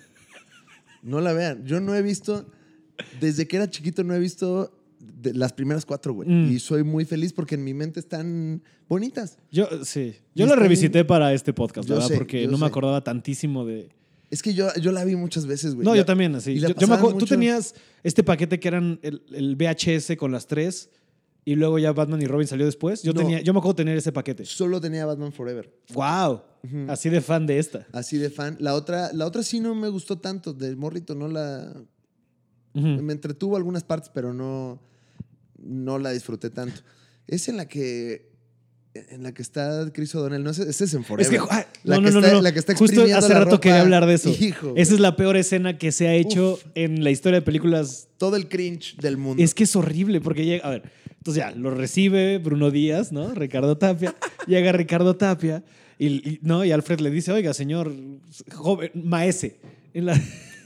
No la vean. Yo no he visto, desde que era chiquito no he visto de- las primeras cuatro, güey.
Mm.
Y soy muy feliz porque en mi mente están bonitas.
Yo, sí. Yo
Y
la
está
revisité para este podcast, la
Yo
¿verdad?
sé,
Porque
yo
no me
sé.
acordaba tantísimo de.
Es que yo, yo la vi muchas veces, güey.
No,
La-
yo también, así.
y la
Yo, yo me acuerdo,
pasaban
tú
mucho.
tenías este paquete que eran el, el VHS con las tres y luego ya Batman y Robin salió después. Yo,
No.
tenía, yo me acuerdo tener ese paquete.
Solo tenía Batman Forever.
¡Wow! Así de fan de esta.
Así de fan. La otra, la otra sí no me gustó tanto, del morrito, no la.
Ujú.
Me entretuvo algunas partes, pero no, no la disfruté tanto. Es en la que. En la que está Chris O'Donnell, no sé, ese es en
Es
Forever.
que, ah,
la,
no,
que
no, no,
está,
no.
la que está
Justo
exprimiendo
hace
la
rato
ropa.
quería hablar de eso.
Hijo,
Esa es la peor escena que se ha hecho en la historia de películas
todo el cringe del mundo.
Es que es horrible porque llega, a ver, entonces ya, lo recibe Bruno Díaz, ¿no? Ricardo Tapia. llega Ricardo Tapia y, y- ¿no? y Alfred le dice, oiga, señor, joven, maese. En la-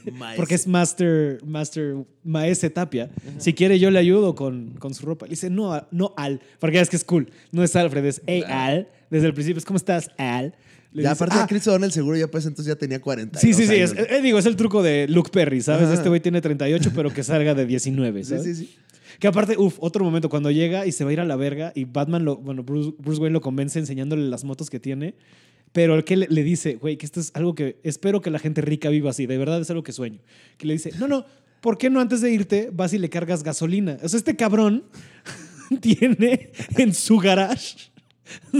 Maese.
porque es master, master, maese Tapia. Si quiere yo le ayudo con, con su ropa. Le dice, no, a- no al, porque es que es cool. No es Alfred, es hey, al. Desde el principio es, ¿cómo estás, al? Le dice,
ya, aparte
"Ah,
de Chris O'Donnell, seguro ya pues entonces ya tenía 40.
Sí, sí, sí.
años.
Es, eh, digo, es el truco de Luke Perry, ¿sabes?
Ajá.
Este güey tiene 38, pero que salga de 19,
sí,
¿sabes?
sí, sí.
Que aparte, uff, otro momento, cuando llega y se va a ir a la verga y Batman, lo, bueno, Bruce, Bruce Wayne lo convence enseñándole las motos que tiene, pero el que le, le dice, güey, que esto es algo que espero que la gente rica viva así, de verdad es algo que sueño. Que le dice, no, no, ¿por qué no antes de irte vas y le cargas gasolina? O sea, este cabrón tiene en su garage.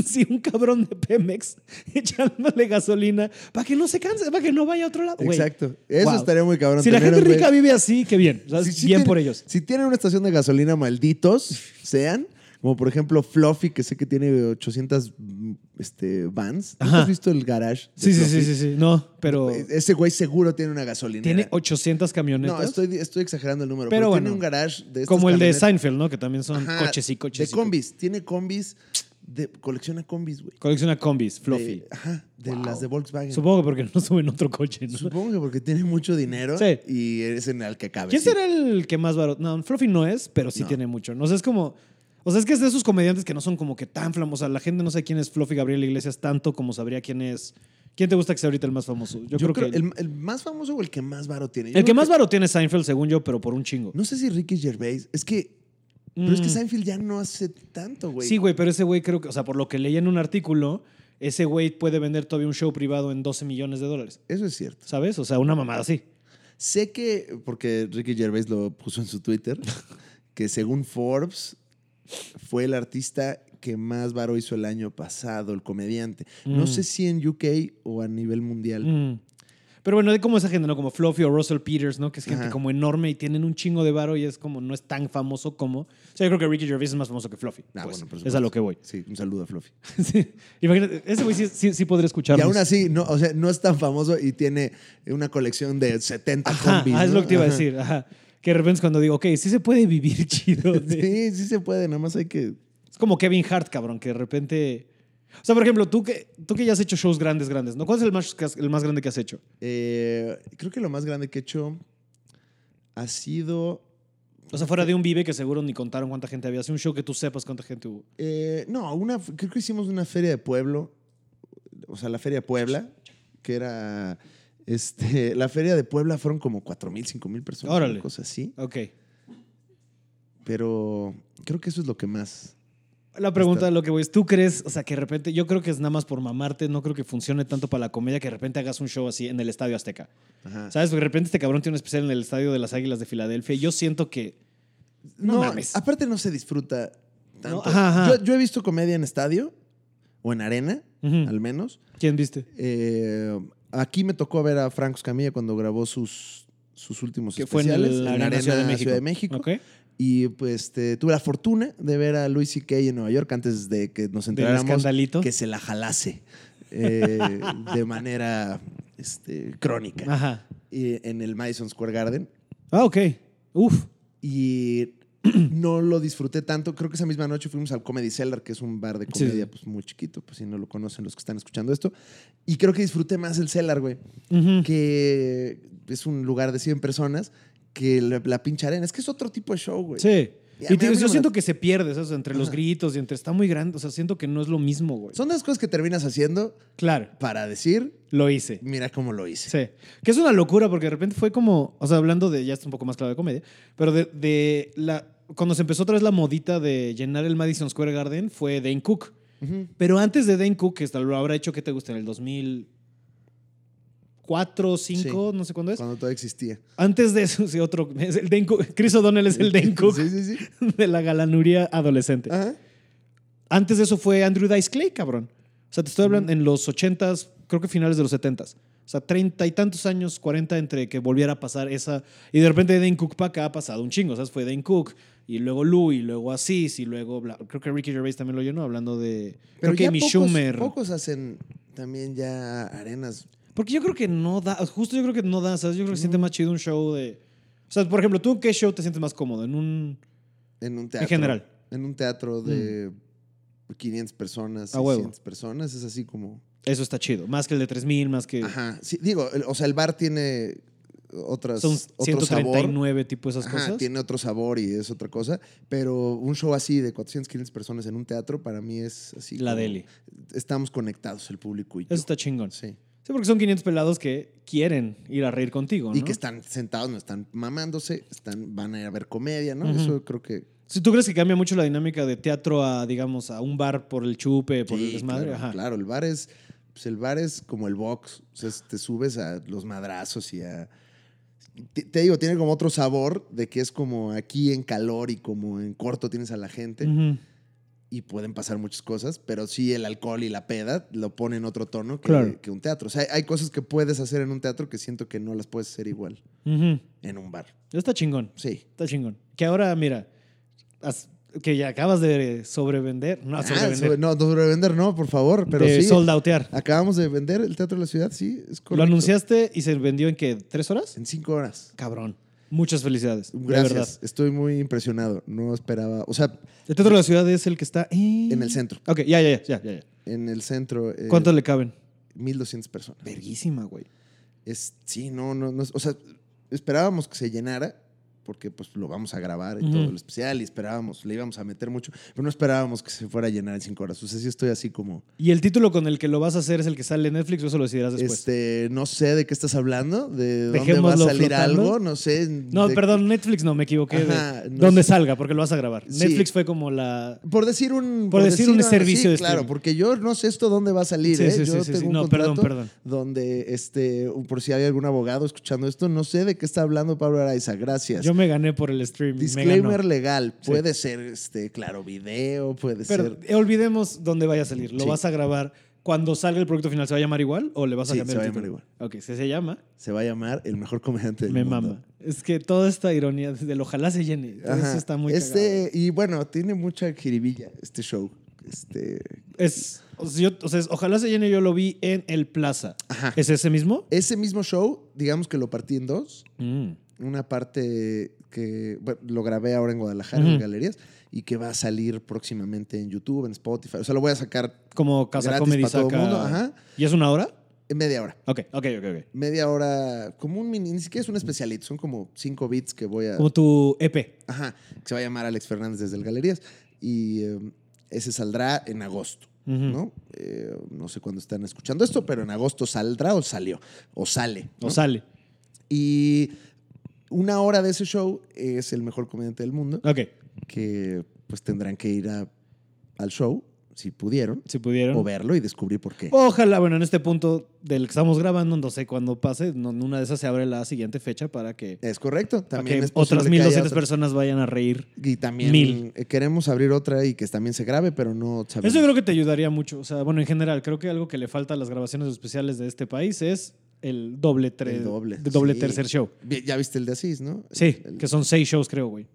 Sí, un cabrón de Pemex echándole gasolina para que no se canse, para que no vaya a otro lado. Güey,
Exacto. Eso
wow.
estaría muy cabrón.
Si la
tener
gente
un güey-
rica vive así, qué bien. O sea,
Si- si
bien
tiene-
por ellos.
Si tienen una estación de gasolina, malditos sean. Como por ejemplo Fluffy, que sé que tiene 800 mm, este, vans. ¿No
Ajá.
has visto el garage? de
Sí, sí, sí,
Fluffy?
sí, sí. No, pero
E- Ese güey seguro tiene una gasolina.
tiene 800 camionetas.
No, estoy, estoy exagerando el número.
Pero
Pero,
bueno,
tiene un garage de estas
como el de
camionetas-
Seinfeld, ¿no? Que también son
Ajá,
coches y coches.
De
y co-
combis. Tiene combis. De, colecciona combis, güey.
Colecciona combis, Fluffy.
De- ajá, de
Wow.
las de Volkswagen.
Supongo que porque no suben otro coche, ¿no?
Supongo que porque tiene mucho dinero
Sí.
y es en el que cabe.
¿Quién
sí.
será el que más barato? No, Fluffy no es, pero sí
No.
tiene mucho. No sé, es como. O sea, es que es de esos comediantes que no son como que tan famosos. O sea, la gente no sabe quién es Fluffy Gabriel Iglesias tanto como sabría quién es. ¿Quién te gusta que sea ahorita el más famoso? Yo, creo, que. El,
el, el más famoso o el que más varo tiene. Yo
el que
creo
más barato tiene es Seinfeld, según yo, pero por un chingo.
No sé si Ricky Gervais. Es que. Pero es que
Mm.
Seinfeld ya no hace tanto, güey.
Sí, güey, pero ese güey creo que, o sea, por lo que leí en un artículo, ese güey puede vender todavía un show privado en 12 millones de dólares.
Eso es cierto.
¿Sabes? O sea, una mamada así.
Sé que. Porque Ricky Gervais lo puso en su Twitter. que según Forbes. Fue el artista que más varo hizo el año pasado, el comediante. No
Mm.
sé si en UK o a nivel mundial.
Mm. Pero bueno, de como esa gente, ¿no? Como Fluffy o Russell Peters, ¿no? Que es gente
Ajá.
como enorme y tienen un chingo de varo y es como no es tan famoso como. O sea, yo creo que Ricky Gervais es más famoso que Fluffy.
Ah,
pues,
bueno, por
es a lo que voy.
Sí, un saludo a Fluffy.
Sí. Imagínate, ese güey sí, sí, sí podría
Y
escucharnos.
aún así, no, o sea, no es tan famoso y tiene una colección de 70
Ajá,
combis.
ah, es
¿no?
lo que te iba a
Ajá.
decir. Ajá. Que de repente es cuando digo, ok, sí se puede vivir chido. de-
Sí, sí se puede, nada más hay que.
Es como Kevin Hart, cabrón, que de repente. O sea, por ejemplo, tú que, tú que ya has hecho shows grandes, grandes, ¿no? ¿Cuál es el más, que has- el más grande que has hecho?
Eh, creo que lo más grande que he hecho ha sido.
O sea, fuera de un vive que seguro ni contaron cuánta gente había. Hace un show que tú sepas cuánta gente hubo.
eh, no, una, creo que hicimos una feria de pueblo. O sea, la feria de Puebla, que era. Este, la feria de Puebla fueron como 4 mil, 5 mil personas.
Órale.
una cosa así.
Ok.
Pero creo que eso es lo que más.
La pregunta, lo que voy es, ¿tú crees, o sea, que de repente, yo creo que es nada más por mamarte, no creo que funcione tanto para la comedia que de repente hagas un show así en el Estadio Azteca?
Ajá.
¿Sabes? Porque de repente este cabrón tiene un especial en el Estadio de las Águilas de Filadelfia y yo siento que... No mames.
Aparte, no se disfruta tanto.
No, ajá, ajá.
Yo, yo he visto comedia en estadio o en arena,
Ujú.
al menos.
¿Quién viste?
Eh, aquí me tocó ver a Franco Escamilla cuando grabó sus, sus últimos
Que fue en
especiales
la Arena Ciudad de México.
Ciudad de México.
Ok.
Y pues este, tuve la fortuna de ver a Luis C.K. en Nueva York antes de que nos
Del
enteráramos
escandalito.
que se la jalase eh, de manera este, crónica
Ajá.
y en el Madison Square Garden.
Ah, ok. Uf.
Y no lo disfruté tanto. Creo que esa misma noche fuimos al Comedy Cellar, que es un bar de
Sí, sí.
comedia pues, muy chiquito, pues si no lo conocen los que están escuchando esto. Y creo que disfruté más el Cellar, güey
Ujú.
que es un lugar de 100 personas, que la, la pinche arena. Es que es otro tipo de show, güey.
Sí.
Y a
Y
mí-
te-
a mí no
yo
me
siento
late.
que se pierde, ¿sabes? Entre los
Ajá.
gritos y entre está muy grande. O sea, siento que no es lo mismo, güey.
Son de las cosas que terminas haciendo
Claro,
para decir,
lo hice.
mira cómo lo hice.
Sí. Que es una locura porque de repente fue como, o sea, hablando de, ya está un poco más claro de comedia, pero de, de la, cuando se empezó otra vez la modita de llenar el Madison Square Garden fue Dane Cook.
Ujú.
Pero antes de Dane Cook, que hasta lo habrá hecho, ¿qué te gusta? En el 2004, 4 o 5, no sé cuándo es.
Cuando todavía existía.
Antes de eso, sí, otro. es el Dane Cook. Chris O'Donnell es el Dane Cook
Sí, sí, sí.
de la galanuría adolescente.
Ajá.
Antes de eso fue Andrew Dice Clay, cabrón. O sea, te estoy hablando en los 80s, creo que finales de los 70s. O sea, treinta y tantos años, 40 entre que volviera a pasar esa. Y de repente de Dane Cook para acá ha pasado un chingo. O sea, fue Dane Cook y luego Lou y luego Asís y luego. bla- Creo que Ricky Gervais también lo llenó hablando de.
Pero
creo que
ya
Amy
pocos,
Schumer.
pocos hacen también ya arenas.
Porque yo creo que no da. Justo yo creo que no da. ¿sabes? Yo creo que se siente más chido un show de. O sea, por ejemplo, ¿tú en qué show te sientes más cómodo? En un.
En un teatro.
general. Mm.
En un teatro de 500 personas,
A huevo.
600 personas. Es así como...
Eso está chido. Más que el de 3000, más que.
Ajá. Sí, digo, el- o sea, el bar tiene otras,
Son
otro sabor.
139, tipo esas
Ajá,
cosas.
tiene otro sabor y es otra cosa. Pero un show así de 400, 500 personas en un teatro para mí es así
La
como-
deli.
Estamos conectados, el público y yo.
Eso está chingón. Sí.
Sí.
porque son 500 pelados que quieren ir a reír contigo, ¿no?
Y que están sentados, no están mamándose, están, van a ir a ver comedia, ¿no?
Ujú.
Eso creo que
Si tú crees que cambia mucho la dinámica de teatro a, digamos, a un bar por el chupe, por el
Sí,
desmadre,
claro,
ajá.
claro, el bar es. pues, el bar es como el box. O sea, es- te subes a los madrazos y a. Te, te digo, tiene como otro sabor de que es como aquí en calor y como en corto tienes a la gente
Ujú.
y pueden pasar muchas cosas, pero sí el alcohol y la peda lo ponen otro tono que,
Claro.
que un teatro. O sea, hay, hay cosas que puedes hacer en un teatro que siento que no las puedes hacer igual
Ujú.
en un bar.
Está chingón.
Sí.
Está chingón. Que ahora, mira, as- que ya acabas de sobrevender. No,
Ah,
sobrevender.
sobre- no, sobrevender no, por favor, pero
de
sí.
sold outear.
Acabamos de vender el Teatro de la Ciudad, sí, es correcto.
Lo anunciaste y se vendió en qué, tres horas?
En cinco horas.
Cabrón. Muchas felicidades. De verdad.
Gracias. Estoy muy impresionado. No esperaba. O sea,
El Teatro de la Ciudad es el que está
en el centro.
Ok, ya, ya, ya, ya, ya.
En el centro. eh,
¿Cuánto le caben?
1200 personas.
Verguísima, güey.
Es, sí, no, no, no. es- O sea, esperábamos que se llenara porque pues lo vamos a grabar y
Ujú.
todo el especial y esperábamos, le íbamos a meter mucho, pero no esperábamos que se fuera a llenar en cinco horas. O sea, sí estoy así como,
¿Y el título con el que lo vas a hacer es el que sale en Netflix o eso lo decidirás después?
este, no sé de qué estás hablando, de dónde va a
Dejémoslo
salir
flotando.
algo, no sé.
no,
de-
perdón, Netflix no, me equivoqué. de
Ajá, no
donde
sé.
salga, porque lo vas a grabar.
Sí.
Netflix fue como la.
Por decir un...
Por decir un
algo,
servicio
sí,
de
claro,
streaming.
porque yo no sé esto dónde va a salir,
Sí,
¿eh?
sí, sí,
Yo
sí,
tengo
sí.
un
No, perdón,
contrato
perdón.
donde, este, por si hay algún abogado escuchando esto, no sé de qué está hablando Pablo Araiza, gracias.
Yo me gané por el stream. Mm, me
Disclaimer
ganó.
legal, puede ser, este, claro, video, puede
Pero
ser...
eh, olvidemos dónde vaya a salir. ¿Lo
Sí.
vas a grabar cuando salga el producto final? ¿Se va a llamar igual o le vas a
Sí,
cambiar
se
el
va a
título?
llamar
Ok, si se llama,
Se va a llamar el mejor comediante del
me
mundo.
mama. Es que toda esta ironía del ojalá se llene.
Ajá.
Eso está muy cagado.
este, Y bueno, tiene mucha jiribilla este show. Este,
Es, o sea, yo- o sea, es- ojalá se llene, yo lo vi en el Plaza.
Ajá.
¿Es ese mismo?
ese mismo show, digamos que lo partí en dos.
Mm.
una parte que bueno, lo grabé ahora en Guadalajara, en
Ujú.
galerías, y que va a salir próximamente en YouTube, en Spotify. O sea, lo voy a sacar
Como Casa
Gratis
Comedy
pa' todo el
saca-
mundo, ajá.
¿Y es una hora?
en media hora.
Ok, ok, ok. ok.
Media hora, como un mini, ni siquiera es un especialito, son como cinco bits que voy a.
Como tu E EP.
Ajá, que se va a llamar Alex Fernández desde el Galerías. Y eh, ese saldrá en agosto.
Ujú.
¿No? Eh, no sé cuándo están escuchando esto, pero en agosto saldrá o salió, o sale.
O
¿no?
sale.
y una hora de ese show es el mejor comediante del mundo.
Ok,
que pues tendrán que ir a- al show, si pudieron,
si pudieron.
o verlo y descubrir por qué.
Ojalá, bueno, en este punto del que estamos grabando, no sé cuándo pase, no- en una de esas se abre la siguiente fecha para que,
Es correcto.
para
Eh, También
que
es posible
otras
que haya
1200
otra-
personas vayan a reír.
Y también
Mil.
eh, queremos abrir otra y que también se grabe, pero no sabemos.
Eso creo que te ayudaría mucho. O sea, bueno, en general, creo que algo que le falta a las grabaciones especiales de este país es el doble, tre-
El doble,
de doble
sí.
tercer show.
Vi- Ya viste el de Asís, ¿no?
Sí,
El- el-
que son seis shows, creo, güey.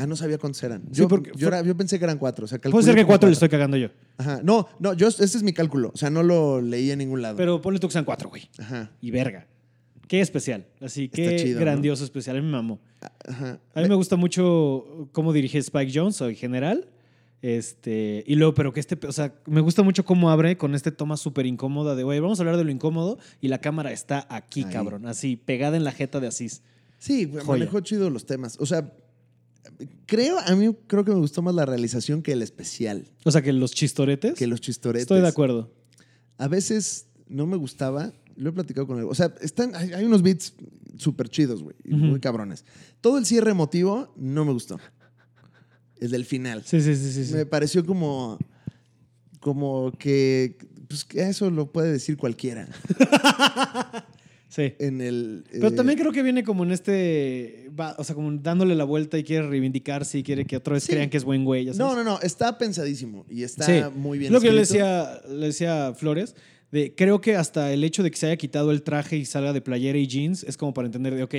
Ah, no sabía cuántos eran.
Sí,
Yo,
porque-
yo, era- yo pensé que eran cuatro. O sea,
Puede
calculé
ser que
como
cuatro le estoy cagando yo.
Ajá. No, no, yo, ese es mi cálculo. O sea, no lo leí en ningún lado.
Pero ponle tú que sean cuatro, güey.
Ajá.
Y verga. Qué especial. Así
Está
que
chido,
grandioso especial. A mí me mamó.
Ajá.
A mí me gusta mucho cómo dirige Spike Jones en general. Este, y luego, pero que este, o sea, me gusta mucho cómo abre con este toma súper incómoda de, güey, vamos a hablar de lo incómodo y la cámara está aquí,
Ahí.
cabrón, así, pegada en la jeta de Asís.
Sí,
Joya.
manejó chido los temas. O sea, creo, a mí creo que me gustó más la realización que el especial.
O sea, que los chistoretes.
que los chistoretes.
Estoy de acuerdo.
A veces no me gustaba, lo he platicado con él. O sea, están, hay, hay unos beats súper chidos, güey, y
Ujú.
muy cabrones. Todo el cierre emotivo no me gustó. El del final.
Sí, sí, sí, sí. sí.
Me pareció como, como que, pues que eso lo puede decir cualquiera.
Sí.
en el...
Pero
eh,
también creo que viene como en este, va- o sea, como dándole la vuelta y quiere reivindicarse y quiere que otra vez
Sí.
crean que es buen güey. ya sabes.
No, no, no, está pensadísimo y está muy bien
Lo que yo le
escrito.
decía, le decía a Flores, de, creo que hasta el hecho de que se haya quitado el traje y salga de playera y jeans es como para entender de, ok,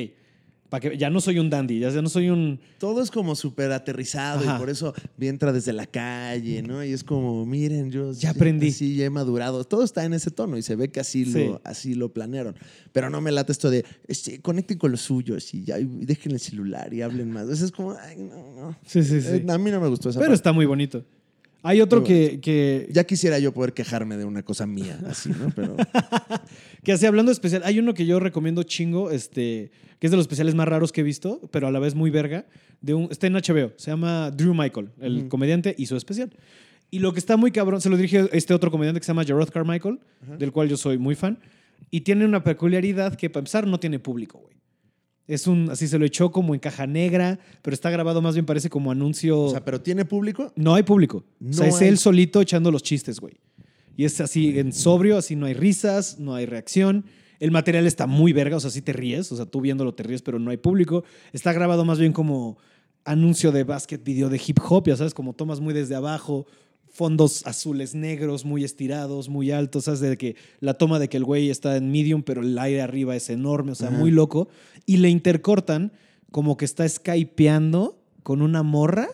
para que, ya no soy un dandy, ya, ya no soy un...
Todo es como súper aterrizado
Ajá.
y por eso entra desde la calle, ¿no? Y es como, miren, yo
Ya
sí-
aprendí.
Sí, ya he madurado. Todo está en ese tono y se ve que así,
Sí.
lo, así lo planearon. Pero no me late esto de, este, conecten con los suyos y ya y dejen el celular y hablen más. Eso es como, ay, no, no.
Sí, sí,
Eh, A mí no me gustó esa
Pero
parte.
está muy bonito. Hay otro
Muy
que, que,
Ya quisiera yo poder quejarme de una cosa mía, así, ¿no? Pero
que así hablando de especial, hay uno que yo recomiendo chingo, este, que es de los especiales más raros que he visto, pero a la vez muy verga, de un, está en HBO, se llama Drew Michael, el
Ujú.
comediante hizo especial. Y lo que está muy cabrón, se lo dirige este otro comediante que se llama Gerard Carmichael, del cual yo soy muy fan, y tiene una peculiaridad que para empezar no tiene público, güey. Es un, así se lo echó como en caja negra, pero está grabado más bien parece como anuncio.
o sea, ¿pero tiene público?
No hay público. o sea,
No
es
hay.
él solito echando los chistes, güey. Y es así, en sobrio, así no hay risas, no hay reacción. El material está muy verga, o sea, sí te ríes, o sea, tú viéndolo te ríes, pero no hay público. Está grabado más bien como anuncio de básquet, video de hip hop, ya sabes, como tomas muy desde abajo, fondos azules negros, muy estirados, muy altos, sabes, de que la toma de que el güey está en medium, pero el aire arriba es enorme, o sea,
Ajá.
muy loco. Y le intercortan como que está skypeando con una morra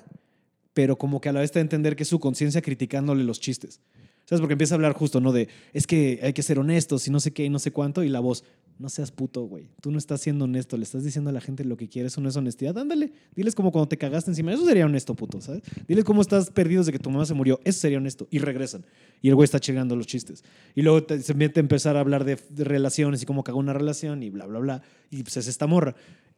pero como que a la vez te da a entender que es su conciencia criticándole los chistes. ¿Sabes? Porque empieza a hablar justo, ¿no? De, es que hay que ser honestos y no sé qué y no sé cuánto. Y la voz, no seas puto, güey. Tú no estás siendo honesto. Le estás diciendo a la gente lo que quieres. Eso no es honestidad. Ándale. Diles como cuando te cagaste encima. Eso sería honesto, puto, ¿sabes? Diles cómo estás perdido de que tu mamá se murió. Eso sería honesto. Y regresan. Y el güey está chingando los chistes. Y luego te- se mete a empezar a hablar de, de relaciones y cómo cagó una relación y bla, bla, bla. Y pues es esta morra.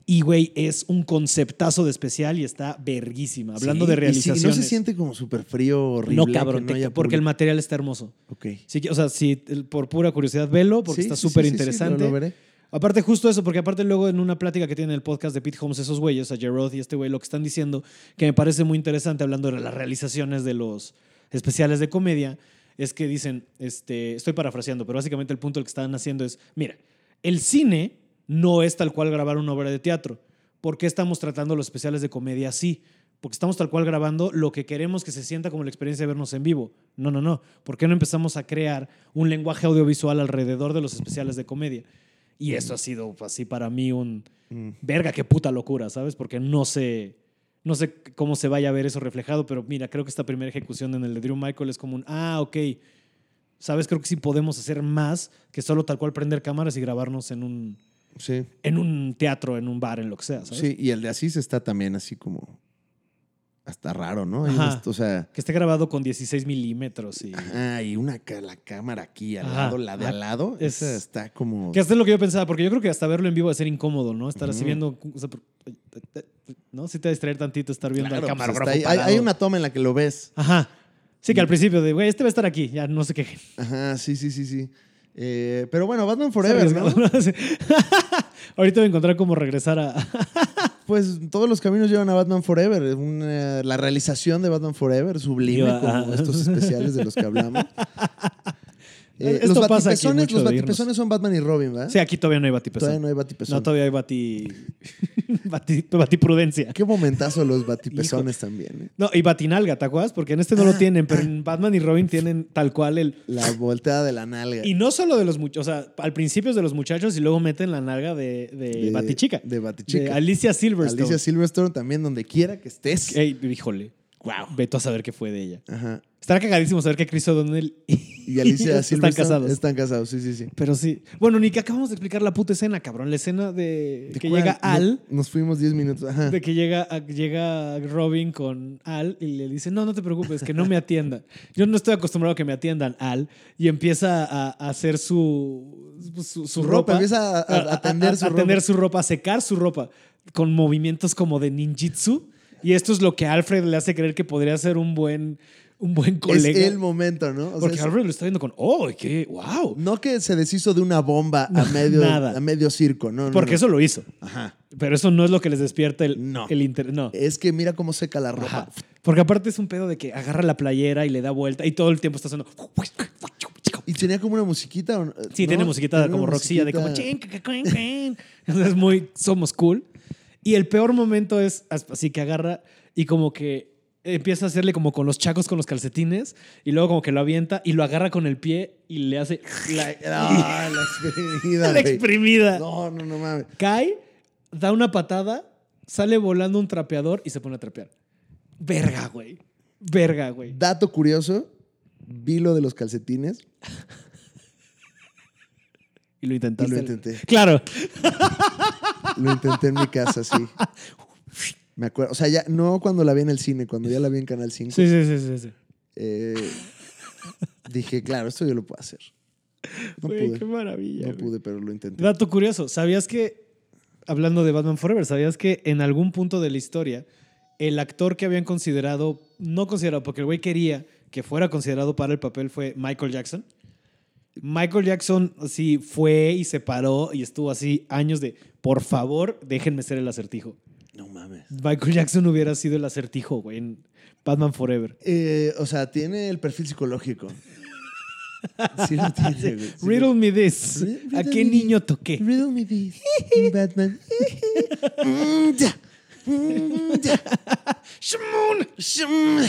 Y, güey, es un conceptazo de especial y está verguísima. Hablando
Sí,
de
y sí,
realizaciones.
no se siente como súper frío, horrible.
No, cabrón,
que no
te-
haya
porque el
público?
material está hermoso.
Ok.
Sí, que- o sea, si por pura curiosidad, velo, porque
Sí,
está
sí, sí,
súper
sí, sí, lo-
interesante.
lo veré.
Aparte, justo eso, porque aparte luego en una plática que tiene el podcast de Pete Holmes, esos güeyes, a Gerard y este güey, lo que están diciendo, que me parece muy interesante, hablando de las realizaciones de los especiales de comedia, es que dicen, este, estoy parafraseando, pero básicamente el punto del que están haciendo es, mira, el cine no es tal cual grabar una obra de teatro. ¿Por qué estamos tratando los especiales de comedia así? Porque estamos tal cual grabando lo que queremos que se sienta como la experiencia de vernos en vivo. No, no, no. ¿Por qué no empezamos a crear un lenguaje audiovisual alrededor de los especiales de comedia? Y eso ha sido pues, así para mí un
Mm.
verga, qué puta locura, ¿sabes? Porque no sé, no sé cómo se vaya a ver eso reflejado, pero mira, creo que esta primera ejecución en el de Drew Michael es como un, ah, ok, ¿sabes? Creo que sí podemos hacer más que solo tal cual prender cámaras y grabarnos en un,
Sí.
en un teatro, en un bar, en lo que sea, ¿sabes?
Sí, y el de Asís está también así como. Hasta raro, ¿no? Hay
Ajá.
unos- o sea.
Que esté grabado con 16 milímetros y...
Ah, y una ca- la cámara aquí al
Ajá.
lado, la de
Ah,
al lado.
es-
Esa está como.
Que hasta es lo que yo pensaba, porque yo creo que hasta verlo en vivo va a ser incómodo, ¿no? Estar así
Ujú.
viendo... o sea, por- ¿No? Sí te va a distraer tantito estar viendo
Claro,
al
pues,
camarógrafo
está ahí. hay,
parado.
hay una toma en la que lo ves.
Ajá. Sí, que al principio de, güey, este va a estar aquí, ya no sé qué.
Ajá, sí, sí, sí, sí. Eh, pero bueno, Batman Forever, ¿no?
Sí. Ahorita voy a encontrar cómo regresar a.
Pues todos los caminos llevan a Batman Forever. Es una- la realización de Batman Forever, sublime,
Yo,
como
ajá.
estos especiales de los que hablamos. Eh,
Esto
los
pasa aquí
batipezones,
mucho
los
de irnos.
batipezones son Batman y Robin, ¿verdad?
Sí, aquí todavía no hay batipezón.
Todavía no hay batipezón.
No, todavía hay bati. bati... Batiprudencia.
Qué momentazo los batipezones también. ¿eh?
No, y batinalga, ¿te acuerdas? Porque en este no lo
Ah,
tienen, pero en Batman y Robin tienen tal cual el.
La volteada de la nalga.
Y no solo de los muchachos, o sea, al principio es de los muchachos y luego meten la nalga de, de,
De-
Batichica.
de Batichica.
De Alicia Silverstone. Eh.
Alicia Silverstone también, donde quiera que estés.
Ey, híjole.
Wow.
Veto a saber qué fue de ella.
Ajá.
Estará cagadísimo saber que Chris O'Donnell y,
Y Alicia Silverstone.
están casados.
Están casados, sí, sí, sí.
Pero sí. Bueno, ni que acabamos de explicar la puta escena, cabrón. La escena de,
¿De
que
cuál?
llega
No- Ah.
Al,
nos fuimos 10 minutos. Ajá.
de que llega, a- llega Robin con Al y le dice, no, no te preocupes, que no me atiendan. Yo no estoy acostumbrado a que me atiendan, Al. Y empieza a, a hacer su, su, su
Su ropa,
ropa.
empieza a- a atender su ropa.
atender su ropa, a secar su ropa con movimientos como de ninjitsu. Y esto es lo que a Alfred le hace creer que podría ser un buen, un buen
es
colega.
el momento, ¿no? O sea,
porque
es-
Alfred lo está viendo con, ¡oh, qué! ¡Wow!
no que se deshizo de una bomba a, medio,
nada.
a medio circo, no, no,
porque
no.
eso lo hizo.
Ajá.
Pero eso no es lo que les despierta el,
No.
el interés. No.
Es que mira cómo seca la ropa.
Ajá. Porque aparte es un pedo de que agarra la playera y le da vuelta y todo el tiempo está haciendo.
Y tenía como una musiquita. ¿o no?
Sí,
¿No?
tiene musiquita
Tenía
como
una
roxilla de como
musiquita.
chin, ca, ca, cuin, cuin. Es muy somos cool. Y el peor momento es as- así que agarra y como que empieza a hacerle como con los chacos con los calcetines y luego como que lo avienta y lo agarra con el pie y le hace
La, ah, la exprimida.
la
güey.
exprimida.
No, no, no mames.
Cae, da una patada, sale volando un trapeador y se pone a trapear. Verga, güey. Verga, güey.
Dato curioso, vi lo de los calcetines.
Y lo intentaste.
Y lo intenté.
Claro.
Lo intenté en mi casa, sí. Me acuerdo. O sea, ya no cuando la vi en el cine, cuando ya la vi en Canal 5.
Sí, sí, sí, sí. sí.
eh, dije, claro, esto yo lo puedo hacer. No
Güey,
pude.
Qué maravilla.
No
güey.
pude, pero lo intenté.
Dato curioso, ¿sabías que, hablando de Batman Forever, ¿sabías que en algún punto de la historia, el actor que habían considerado, no considerado, porque el güey quería que fuera considerado para el papel fue Michael Jackson? Michael Jackson sí fue y se paró y estuvo así años de, por favor, déjenme ser el acertijo.
No mames.
Michael Jackson hubiera sido el acertijo, güey, en Batman Forever.
Eh, o sea, tiene el perfil psicológico. Sí lo tiene, güey. Sí lo-
Riddle me this. ¿A qué niño toqué?
Riddle me this, Batman. Mm, ya. Mm, ya.
¡Shmoon!
Shum.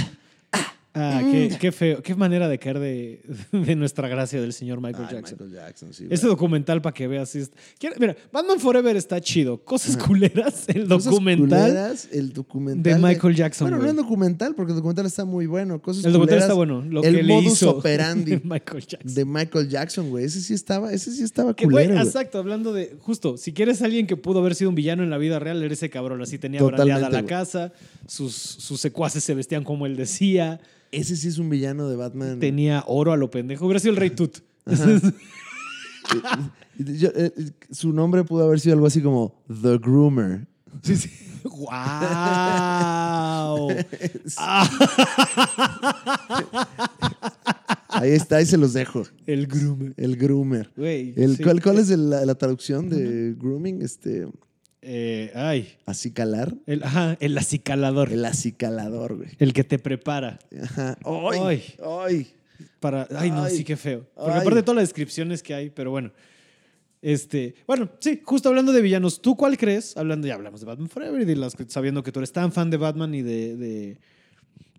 Ah, qué,
Mm.
qué feo, qué manera de caer de, de nuestra gracia del señor Michael
Ay,
Jackson.
Michael Jackson, sí,
Este
güey.
documental para que veas. sí es- Quiero- Mira, Batman Forever está chido. Cosas culeras, el
Cosas
documental.
culeras, el documental
de Michael Jackson,
Bueno,
güey.
no es documental porque el documental está muy bueno. Cosas
el documental
culeras,
está bueno. Lo
el
que le
modus
hizo
operandi
Michael Jackson.
de Michael Jackson, güey. Ese sí estaba, ese sí estaba
Que, güey,
culero, güey.
exacto, hablando de. Justo, si quieres alguien que pudo haber sido un villano en la vida real, era ese cabrón. Así tenía
Totalmente,
brandeada la
güey.
casa, sus, sus secuaces se vestían como él decía,
Ese sí es un villano de Batman.
tenía oro a lo pendejo. Hubiera sido el Rey Tut.
Yo, eh, eh, su nombre pudo haber sido algo así como The Groomer.
Sí, sí. ¡Wow!
Ahí está, ahí se los dejo.
El groom.
El Groomer.
Güey.
El,
sí.
¿cuál, cuál es el- la, la traducción de grooming? Este,
Eh, ay.
acicalar.
El, ajá, el acicalador. El,
El acicalador, güey.
que te prepara
Ajá. ¡Ay!
Ay.
¡Ay!
para. Ay, no,
Ay.
sí, qué feo. Porque
Ay.
aparte de todas las descripciones que hay, pero bueno. Este, bueno, sí, justo hablando de villanos, ¿tú cuál crees? Hablando, ya hablamos de Batman Forever y de las, que- sabiendo que tú eres tan fan de Batman y de, de,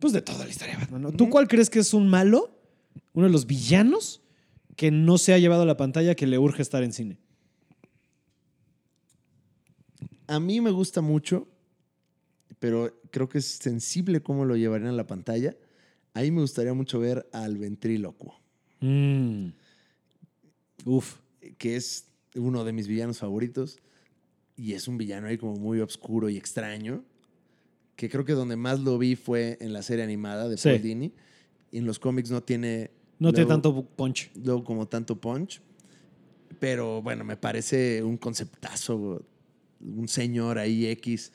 pues de toda la historia de Batman, ¿no? ¿Tú cuál crees que es un malo, uno de los villanos que no se ha llevado a la pantalla que le urge estar en cine?
A mí me gusta mucho, pero creo que es sensible cómo lo llevarían a la pantalla. Ahí me gustaría mucho ver al ventrílocuo,
Mm. Uf.
que es uno de mis villanos favoritos. Y es un villano ahí como muy oscuro y extraño. Que creo que donde más lo vi fue en la serie animada de
Sí.
Paul Dini. Y en los cómics no tiene.
No tiene
luego-
tanto bu- punch.
luego como tanto punch. Pero bueno, me parece un conceptazo. Un señor ahí X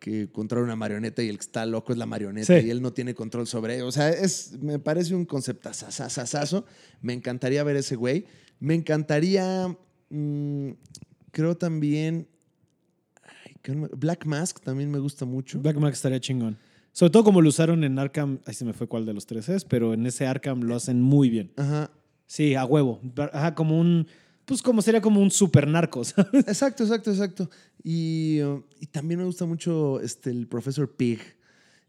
que controla una marioneta y el que está loco es la marioneta
Sí.
y él no tiene control sobre él. O sea, es, me parece un conceptazazazazazo. Me encantaría ver ese güey. Me encantaría, mm, creo también, ay, ¿qué no me- Black Mask también me gusta mucho.
Black Mask estaría chingón. Sobre todo como lo usaron en Arkham, ahí se me fue cuál de los tres es, pero en ese Arkham lo hacen muy bien.
Ajá.
Sí, a huevo. Ajá, como un, pues como sería como un super narco, ¿sabes?
Exacto, exacto, exacto. Y, uh, y también me gusta mucho este, el Professor Pig.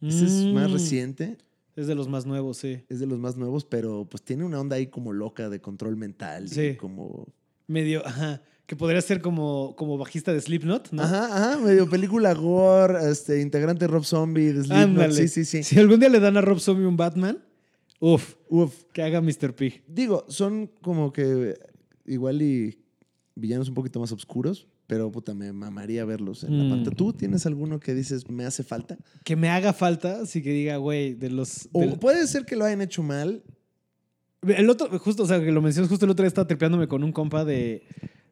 Ese es más
Mm.
reciente,
Es de los más nuevos, sí.
es de los más nuevos, pero pues tiene una onda ahí como loca de control mental. y
Sí.
como...
Medio, ajá, que podría ser como, como bajista de Slipknot, ¿no?
Ajá, ajá, medio película gore, este, integrante Rob Zombie, de Slipknot.
Ándale.
Sí, sí, sí.
Si algún día le dan a Rob Zombie un Batman, uf,
Uf.
que haga Mr. Pig.
Digo, son como que igual y villanos un poquito más oscuros, pero puta, me mamaría verlos en
Mm.
la pantalla. ¿Tú tienes alguno que dices me hace falta?
Que me haga falta, así que diga, güey, de los...
O
del-
puede ser que lo hayan hecho mal,
El otro, justo, o sea, que lo mencionas justo el otro día, estaba trepeándome con un compa de,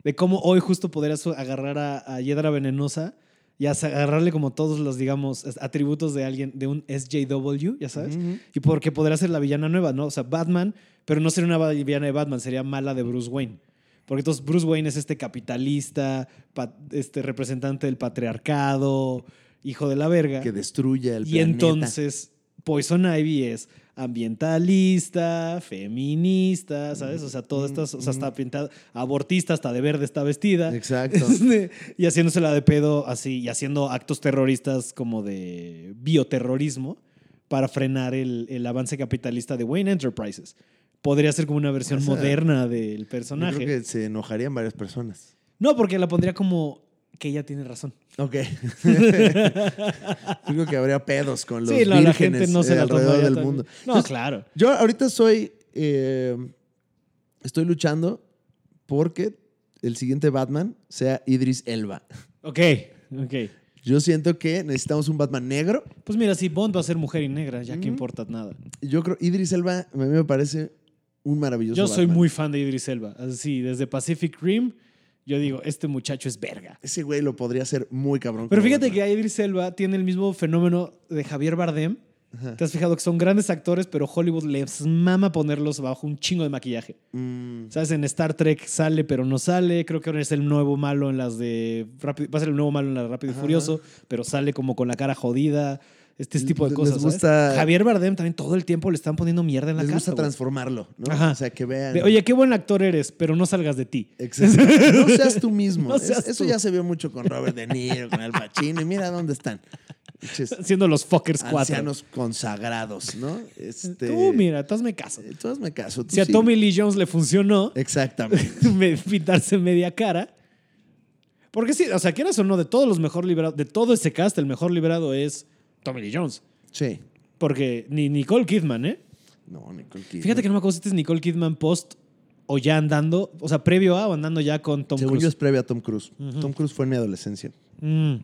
de cómo hoy justo podrías agarrar a, a Hiedra Venenosa y as- agarrarle como todos los, digamos, es- atributos de alguien, de un SJW, ya sabes.
Ujú.
Y porque podría ser la villana nueva, ¿no? O sea, Batman, pero no sería una va- villana de Batman, sería mala de Bruce Wayne. Porque entonces Bruce Wayne es este capitalista, pa- este representante del patriarcado, hijo de la verga.
que destruya el
Y
planeta.
entonces Poison Ivy es ambientalista, feminista, ¿sabes? O sea, todas estas,
Mm,
o sea, está pintada, abortista, hasta de verde está vestida.
Exacto.
Este, y haciéndosela de pedo así, y haciendo actos terroristas como de bioterrorismo para frenar el, el avance capitalista de Wayne Enterprises. Podría ser como una versión
O sea,
moderna del
Yo
personaje.
creo que se enojarían varias personas.
No, porque la pondría como que ella tiene razón.
Ok. Yo creo que habría pedos con los
sí, no, la
vírgenes,
gente no se
eh,
la toma
alrededor
ya
del
tan-
mundo.
No,
Entonces,
claro.
Yo ahorita soy. eh, estoy luchando porque el siguiente Batman sea Idris Elba.
Ok, ok.
Yo siento que necesitamos un Batman negro.
Pues mira, si Bond va a ser mujer y negra, ya que
Mm.
importa nada.
Yo creo Idris Elba a mí me parece un maravilloso.
Yo soy
Batman.
muy fan de Idris Elba. Así, desde Pacific Rim, yo digo, este muchacho es verga.
Ese güey lo podría hacer muy cabrón.
Pero
como
fíjate
Batman.
que Idris Elba tiene el mismo fenómeno de Javier Bardem.
Ajá.
¿Te has fijado que son grandes actores, pero Hollywood les mama ponerlos bajo un chingo de maquillaje?
Mm,
¿Sabes? En Star Trek sale, pero no sale. Creo que ahora es el nuevo malo en las de. Rápido- va a ser el nuevo malo en las de Rápido y
Ajá.
Furioso, pero sale como con la cara jodida. Este
Les-
tipo de
les
cosas. ¿sabes?
gusta-
Javier Bardem también todo el tiempo le están poniendo mierda en la
les
cara.
gusta transformarlo, ¿no?
Ajá.
O sea, que vean.
De, Oye, qué buen actor eres, pero no salgas de ti.
Exacto. No seas tú mismo.
No seas
Es- Eso
tú.
ya se vio mucho con Robert De Niro, con Al Pacino. Y mira dónde están. Pinches
Siendo los fuckers cuatro.
ancianos consagrados, ¿no? Este,
Tú, mira, tú hazme caso.
Entonces me caso. tú
Si a
sí.
Tommy Lee Jones le funcionó
Exactamente.
me- pintarse media cara. Porque sí, o sea, quieras o no, de todos los mejor liberados, de todo ese cast, el mejor liberado es Tommy Lee Jones.
Sí.
Porque ni Nicole Kidman, ¿eh?
No, Nicole Kidman.
Fíjate que no me acuerdo si este es Nicole Kidman post o ya andando, o sea, previo a o andando ya con Tom
Según yo es
Cruise.
previa a Tom Cruise.
Ujú.
Tom Cruise fue en mi adolescencia.
Mm.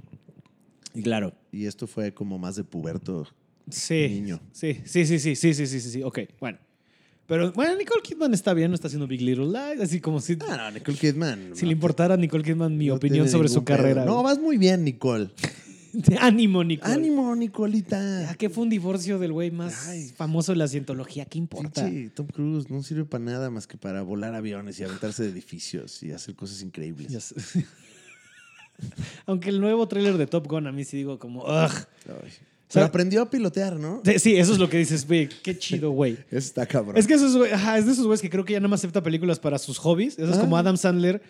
Y Claro.
Y esto fue como más de puberto.
Sí.
Niño.
Sí, sí, sí, sí, sí, sí, sí, sí, sí. Ok, bueno. Pero bueno, Nicole Kidman está bien, no está haciendo Big Little Lies, así como si,
Ah, no, Nicole Kidman.
si le importara a Nicole Kidman mi
no
opinión
tiene
sobre
ningún
su
pedo.
carrera.
No, vas muy bien, Nicole.
Te Ánimo, Nicole.
Ánimo,
Ya
Nicolita.
que fue un divorcio del güey más
Ay.
famoso de la cientología, ¿qué importa?
Pinche Tom Cruise no sirve para nada más que para volar aviones y aventarse de edificios y hacer cosas increíbles.
Ya sé. Aunque el nuevo tráiler de Top Gun a mí sí digo como, ugh.
Ay. Pero
sea,
aprendió a pilotear, ¿no?
Sí, Sí, eso es lo que dices, güey, qué chido, güey.
Eso está cabrón.
Es que esos, güey- ajá, es de esos güeyes que creo que ya nada más acepta películas para sus hobbies. Eso es
Ah.
como Adam Sandler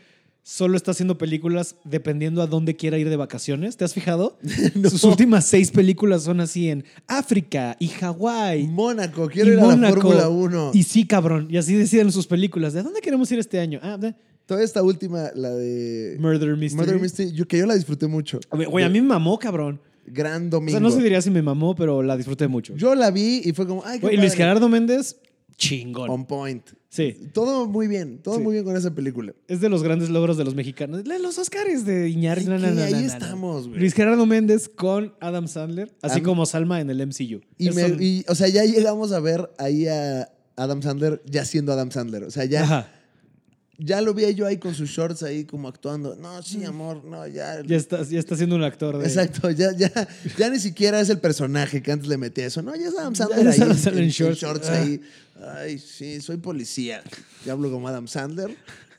solo está haciendo películas dependiendo a dónde quiera ir de vacaciones. ¿Te has fijado?
No.
Sus últimas seis películas son así en África y Hawái.
Mónaco,
y
quiero ir a la
Mónaco.
Fórmula 1.
Y sí, cabrón. Y así deciden sus películas. ¿De dónde queremos ir este año? Ah, de
Toda esta última, la de
Murder Mystery.
Murder Mystery, yo, que yo la disfruté mucho.
Güey, Güey, a mí me mamó, cabrón.
Gran
O
domingo.
sea, no se diría si me mamó, pero la disfruté mucho.
Yo la vi y fue como, ay, qué
Güey, Luis
padre.
Gerardo Méndez, chingón.
On point.
Sí.
Todo muy bien, todo
Sí.
muy bien con esa película.
Es de los grandes logros de los mexicanos. Lee Los Oscars de Iñárritu.
Sí,
na, na,
que
na,
ahí
na, na.
estamos, güey.
Luis Gerardo Méndez con Adam Sandler, así
Am-
como Salma en el MCU.
Y,
Esos
me-
son-
y, o sea, ya llegamos a ver ahí a Adam Sandler ya siendo Adam Sandler. O sea, ya,
Ajá.
ya lo vi yo ahí con sus shorts ahí como actuando. No, sí, amor, no, ya.
Mm. Ya está, ya está siendo un actor. De...
Exacto, ya, ya, ya ni siquiera es el personaje que antes le metía eso. No, ya es Adam Sandler
Ya
ahí.
es Adam Sandler
en-
en
en
shorts.
shorts ahí. Ay, sí, soy policía. Ya hablo como Adam Sandler.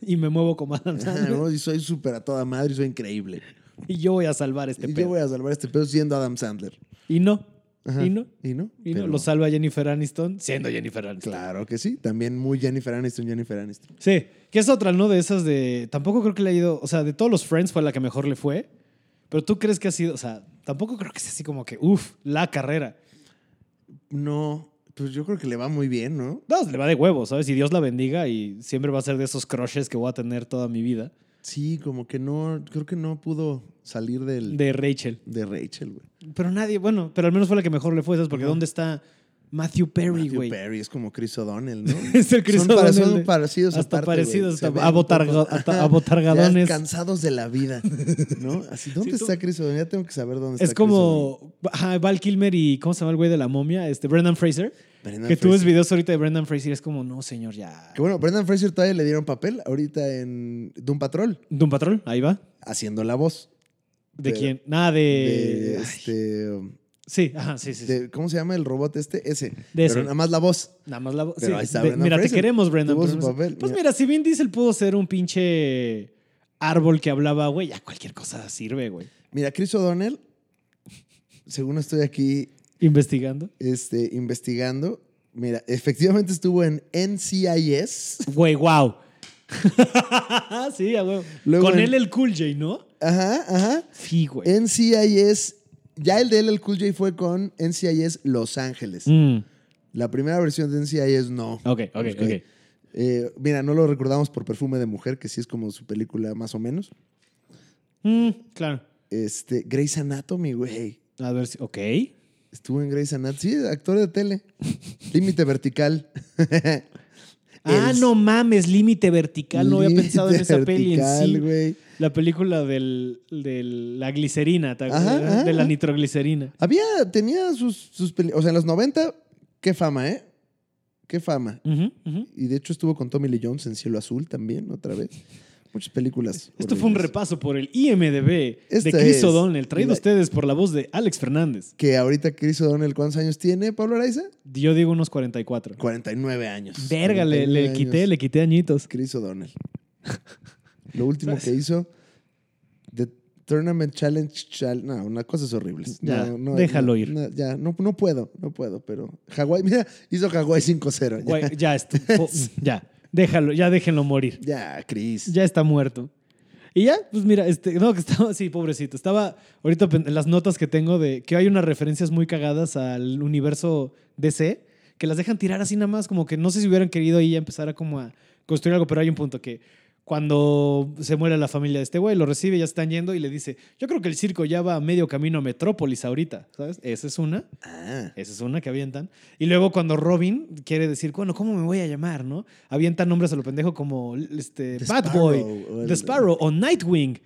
Y me muevo como Adam
Ajá,
Sandler.
¿no? Y soy súper a toda madre y soy increíble.
Y yo voy a salvar este
Y
pedo.
yo voy a salvar este pedo siendo Adam Sandler.
Y no.
Ajá.
Y no.
¿Y no?
Y no.
Pero-
Lo salva Jennifer Aniston siendo Jennifer Aniston.
Claro que sí. También muy Jennifer Aniston, Jennifer Aniston.
Sí, que es otra, ¿no? De esas de. Tampoco creo que le ha ido. O sea, de todos los Friends fue la que mejor le fue. Pero tú crees que ha sido. O sea, tampoco creo que sea así como que, uff, la carrera.
No, pues yo creo que le va muy bien, ¿no?
No, le va de huevo, ¿sabes? Y Dios la bendiga y siempre va a ser de esos crushes que voy a tener toda mi vida.
Sí, como que no, creo que no pudo salir del, de,
De Rachel.
Rachel, güey.
Pero nadie, bueno, pero al menos fue la que mejor le fue, ¿sabes? Porque ¿dónde está Matthew Perry,
Matthew
güey?
Perry es como Chris O'Donnell, ¿no?
Es el Chris
Son pare-
O'Donnell
Son
de-
parecidos
hasta
aparte,
parecidos,
güey. Se
hasta
ven un poco-
abotarga- hasta
Ajá,
abotargadones.
ya cansados de la vida, ¿no? Así, ¿dónde
tú-
está Chris O'Donnell? Ya tengo que saber dónde está
Es
Chris O'Donnell.
como ajá, Val Kilmer y ¿cómo se llama el güey de la momia? Este Brendan Fraser.
Brendan
que tú ves
Fraser.
videos ahorita de Brendan Fraser y es como, no, señor, ya.
Que bueno, Brendan Fraser todavía le dieron papel ahorita en Doom Patrol,
Doom Patrol, ahí va.
haciendo la voz.
¿De
Pero-
quién? Nada
de,
de. ay,
este...
Sí, ajá, sí, sí. sí.
de- ¿Cómo se llama el robot este? Ese.
ese.
Pero nada más la voz.
Nada más la voz.
Pero
sí,
ahí está
de-
Brendan
mira, te
Fraser.
queremos, Brendan.
Tuvo su
Fraser.
papel,
Pues
mira.
mira, si Vin Diesel pudo ser un pinche árbol que hablaba, güey, ya cualquier cosa sirve, güey.
Mira, Chris O'Donnell, según estoy aquí
Investigando.
este, investigando, Mira, efectivamente estuvo en NCIS.
Güey, wow. sí, a huevo.
Luego
Con
en-
él el Cool J, ¿no?
Ajá, ajá.
Sí, güey.
NCIS. Ya el de él, el Cool J, fue con NCIS Los Ángeles.
Mm,
La primera versión de NCIS no.
Ok, ok,
Ok.
ok.
Eh, mira, no lo recordamos por Perfume de Mujer, que sí es como su película más o menos.
Mm, claro.
Este, Grey's Anatomy, güey.
A ver si. Ok.
Estuvo en Grey's Anatomy. Sí, actor de tele. Límite vertical.
Ah,
El-
no mames, límite vertical. No había
Límite
pensado en esa peli en
Vertical,
sí.
güey.
La película del, de la glicerina, ¿te
Ajá,
acuerdas?
ajá,
de la
ajá.
nitroglicerina.
Había, tenía sus, sus peli- O sea, en los 90, qué fama, ¿eh? Qué fama.
Ujú, ujú.
Y de hecho estuvo con Tommy Lee Jones en Cielo Azul también, otra vez. Muchas películas.
Esto fue un
horribles.
repaso por el IMDB de
Esta
Chris
Este es
O'Donnell, traído a
la-
ustedes por la voz de Alex Fernández.
Que ahorita Chris O'Donnell, ¿cuántos años tiene Pablo Araiza?
Yo digo unos 44.
49 años.
Verga, le, le
49
quité,
años.
le quité añitos.
Chris O'Donnell. Lo último
¿Sabes?
que hizo, The Tournament Challenge. Chal- no, una cosas horribles.
Ya,
No, no,
déjalo
no,
ir.
no, ya, no, no puedo, no puedo, pero. Hawái, mira, hizo Hawái 5-0.
Güey,
Ya,
ya, esto- po- ya, déjalo, ya déjenlo morir.
ya, Chris.
Ya está muerto. Y ya, pues mira, este, no, que estaba, sí, pobrecito. Estaba ahorita pen- en las notas que tengo de que hay unas referencias muy cagadas al universo DC que las dejan tirar así nada más, como que no sé si hubieran querido ahí ya empezar a como a construir algo, pero hay un punto que cuando se muere la familia de este güey, lo recibe, ya están yendo y le dice, yo creo que el circo ya va a medio camino a Metrópolis ahorita, ¿sabes? Esa es una.
Ah,
Esa es una que avientan. Y luego cuando Robin quiere decir, bueno, ¿cómo me voy a llamar, no? Avientan nombres a lo pendejo como este,
The
Batboy,
Sparrow, o el-
The Sparrow o Nightwing.